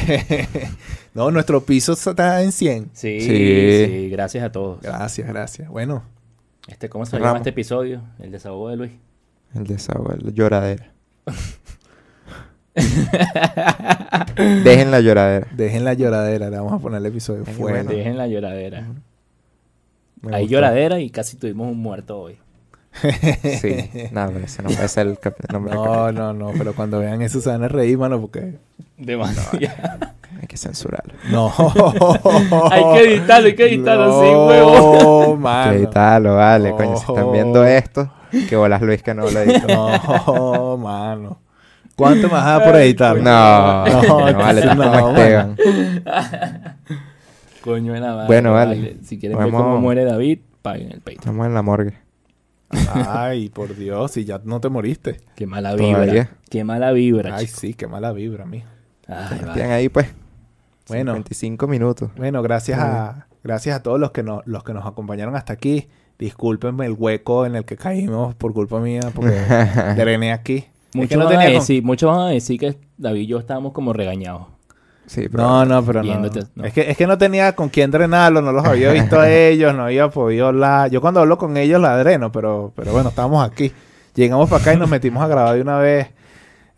B: no, nuestro piso está en 100.
A: Sí,
C: Sí.
A: sí, gracias a todos.
B: Gracias, gracias. Bueno,
A: Este, ¿Cómo se
C: Ramos.
A: llama este episodio? El desahogo de Luis.
C: El desahogo, la lloradera. Dejen la lloradera.
B: dejen la lloradera. Le vamos a poner el episodio
C: Ay,
B: fuera.
C: bueno.
A: Dejen la lloradera.
C: Me
A: Hay
C: gustó.
A: lloradera y casi tuvimos un muerto hoy.
C: Sí, nada, pero ese no puede ser el cap- nombre del
B: No, no, no. Pero cuando vean eso se van a reír, mano, porque...
A: Demasiado.
C: capítulo. Hay que censurarlo.
B: No.
A: hay que editarlo, hay que editarlo así, huevo.
B: huevo. Ah, No, Oh.
C: Hay
B: mano.
C: que editarlo, vale, coño. Si están viendo esto, que bolas Luis que no lo editó.
B: No, mano. ¿Cuánto más da por editar?
A: pues.
C: No, no,
B: No,
C: vale,
B: no,
C: estás como
B: mano.
C: Esteban.
A: Coño de la madre,
C: Bueno, vale.
A: Si quieren ver
C: Vamos.
A: cómo muere David, paguen el Patreon.
C: Estamos en la morgue.
B: Ay, por Dios, si ya no te moriste.
A: Qué mala vibra.
C: Todavía.
A: Qué mala vibra.
B: Ay,
A: chico.
B: sí, qué mala vibra, mijo.
A: Ay, vale.
C: Estén ahí, pues.
B: Bueno.
C: 55 minutos.
B: Bueno, gracias a, gracias a todos los que, nos, los que nos acompañaron hasta aquí. Discúlpenme el hueco en el que caímos por culpa mía, porque drené aquí. Es que
A: Muchos
B: no
A: van, a
B: tenía con-
A: decir- muchos van a decir que David y yo estábamos como regañados.
C: Sí, pero.
B: No, no, pero no.
A: Viéndote, no.
B: Es, que, es que no tenía con quién drenarlo, no los había visto a ellos, no había podido hablar. Yo cuando hablo con ellos la dreno, pero, pero bueno, estábamos aquí. Llegamos para acá y nos metimos a grabar de una vez.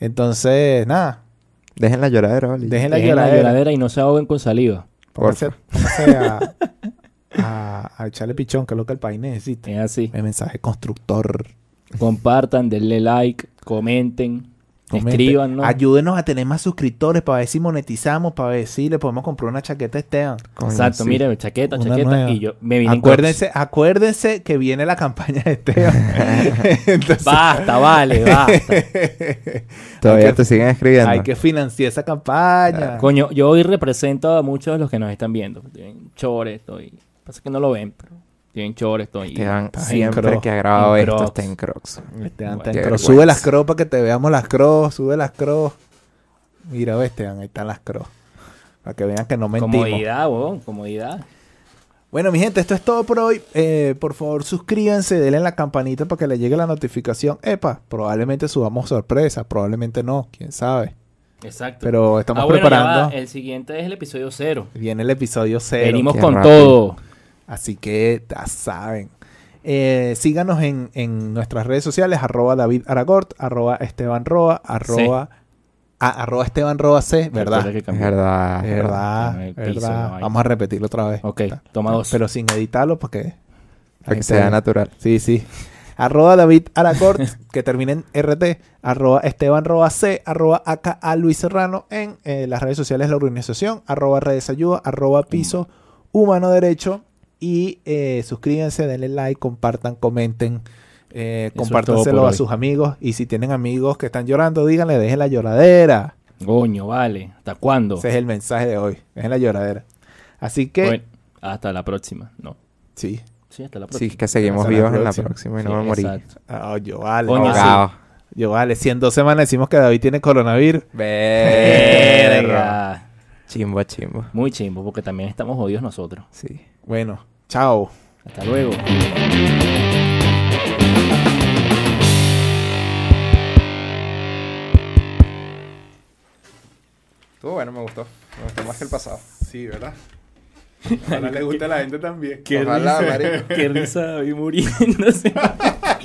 B: Entonces, nada,
C: Dejen la lloradera, vale.
B: dejen la
A: Dejen la
B: lloradera.
A: lloradera y no se ahoguen con saliva.
B: Pónganse, pónganse a, a, a echarle pichón, que es lo que el país necesita.
A: Es así.
B: El mensaje constructor.
A: Compartan, denle like, comenten,
B: Comenten.
A: escriban, ¿no?
B: Ayúdenos a tener más suscriptores para ver si monetizamos, para ver si le podemos comprar una chaqueta a Esteban.
C: Coño,
A: Exacto,
C: sí.
A: mire, chaqueta,
B: Una
A: chaqueta.
B: nueva.
A: Y yo me vine en
B: Acuérdense, acuérdense que viene la campaña de Esteban. Entonces,
A: Crocs. Basta, vale, basta.
C: Todavía
B: Hay que-
C: te siguen escribiendo.
B: hay que financiar esa campaña.
A: Ah, Coño, yo hoy represento a muchos de los que nos están viendo. Tienen chores, estoy. Pasa que no lo ven, pero tienen chores, estoy.
C: Esteban,
B: Está en
C: siempre
B: Crocs.
C: que ha grabado
A: En
C: esto
A: Crocs.
C: está en Crocs.
B: Esteban
A: Bueno,
B: está en
C: qué
B: cross.
C: vergüenza.
B: Sube las cross para que te veamos las cross. Sube las cross. Mira, ve, Esteban, ahí están las cross. Para que vean que no mentimos.
A: Comodidad, weón, comodidad.
B: Bueno, mi gente, esto es todo por hoy. Eh, por favor, suscríbanse, denle a la campanita para que le llegue la notificación. Epa, probablemente subamos sorpresa, probablemente no, quién sabe.
A: Exacto.
B: Pero estamos
A: Ah, bueno, ya
B: preparando.
A: va, El siguiente es el episodio cero.
B: Viene el episodio cero.
A: Venimos
C: qué
A: con
C: rápido.
A: todo.
B: Así que ya saben. Eh, síganos en, en nuestras redes sociales, arroba David Aragort, arroba Esteban Roa, arroba, ah, arroba Esteban Roa C, ¿verdad?
A: Recuerda que
C: Es
A: cambió.
C: verdad. es verdad.
A: en
B: verdad,
A: el piso, la
B: verdad.
A: vaina.
B: Vamos a repetirlo otra vez.
A: Ok, toma dos.
B: Pero sin editarlo porque...
C: Para que sea natural.
B: Sí, sí. Arroba David Aracort, que termina en RT. Arroba Esteban arroba C. Arroba AKA Luis Serrano en eh, las redes sociales de la organización. Arroba Redes Ayuda. Arroba Piso Humano Derecho. Y eh, suscríbanse, denle like, compartan, comenten. Eh,
A: es todo
B: compártanselo
A: por
B: a
A: hoy.
B: sus amigos. Y si tienen amigos que están llorando, díganle, dejen la lloradera.
A: Coño, vale. ¿Hasta cuándo?
B: Ese es el mensaje de hoy. Dejen la lloradera. Así que,
A: Bueno, hasta la próxima. No.
B: sí.
A: Sí, hasta la
C: Sí,
A: próxima.
C: es que seguimos
B: Hasta la
C: vivos en la
B: próxima.
C: próxima y
A: Sí,
C: no me morí.
A: exacto.
B: Ah, yo vale.
A: Coño, sí.
C: Ahogado.
B: Yo vale. Si en dos semanas decimos que David tiene coronavirus.
C: Eh, Verga.
A: Verga.
C: Chimbo, chimbo.
A: Muy chimbo, porque también estamos jodidos nosotros.
C: Sí.
B: Bueno, chao.
A: Hasta luego.
C: Estuvo bueno, me gustó. Me gustó más que el pasado.
B: Sí, ¿verdad? Ojalá le guste a la gente también.
C: Ojalá, marico.
A: Qué risa y muriéndose.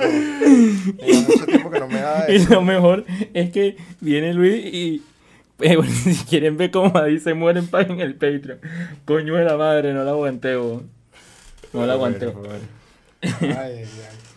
C: Tenía mucho tiempo que no me daba
A: Y lo mejor es que viene Luis y Eh, bueno, si quieren ver cómo ahí se mueren, paguen el Patreon. Coño de la madre, no la aguanté, weón. No la aguanté.
B: Ay, ay, ay.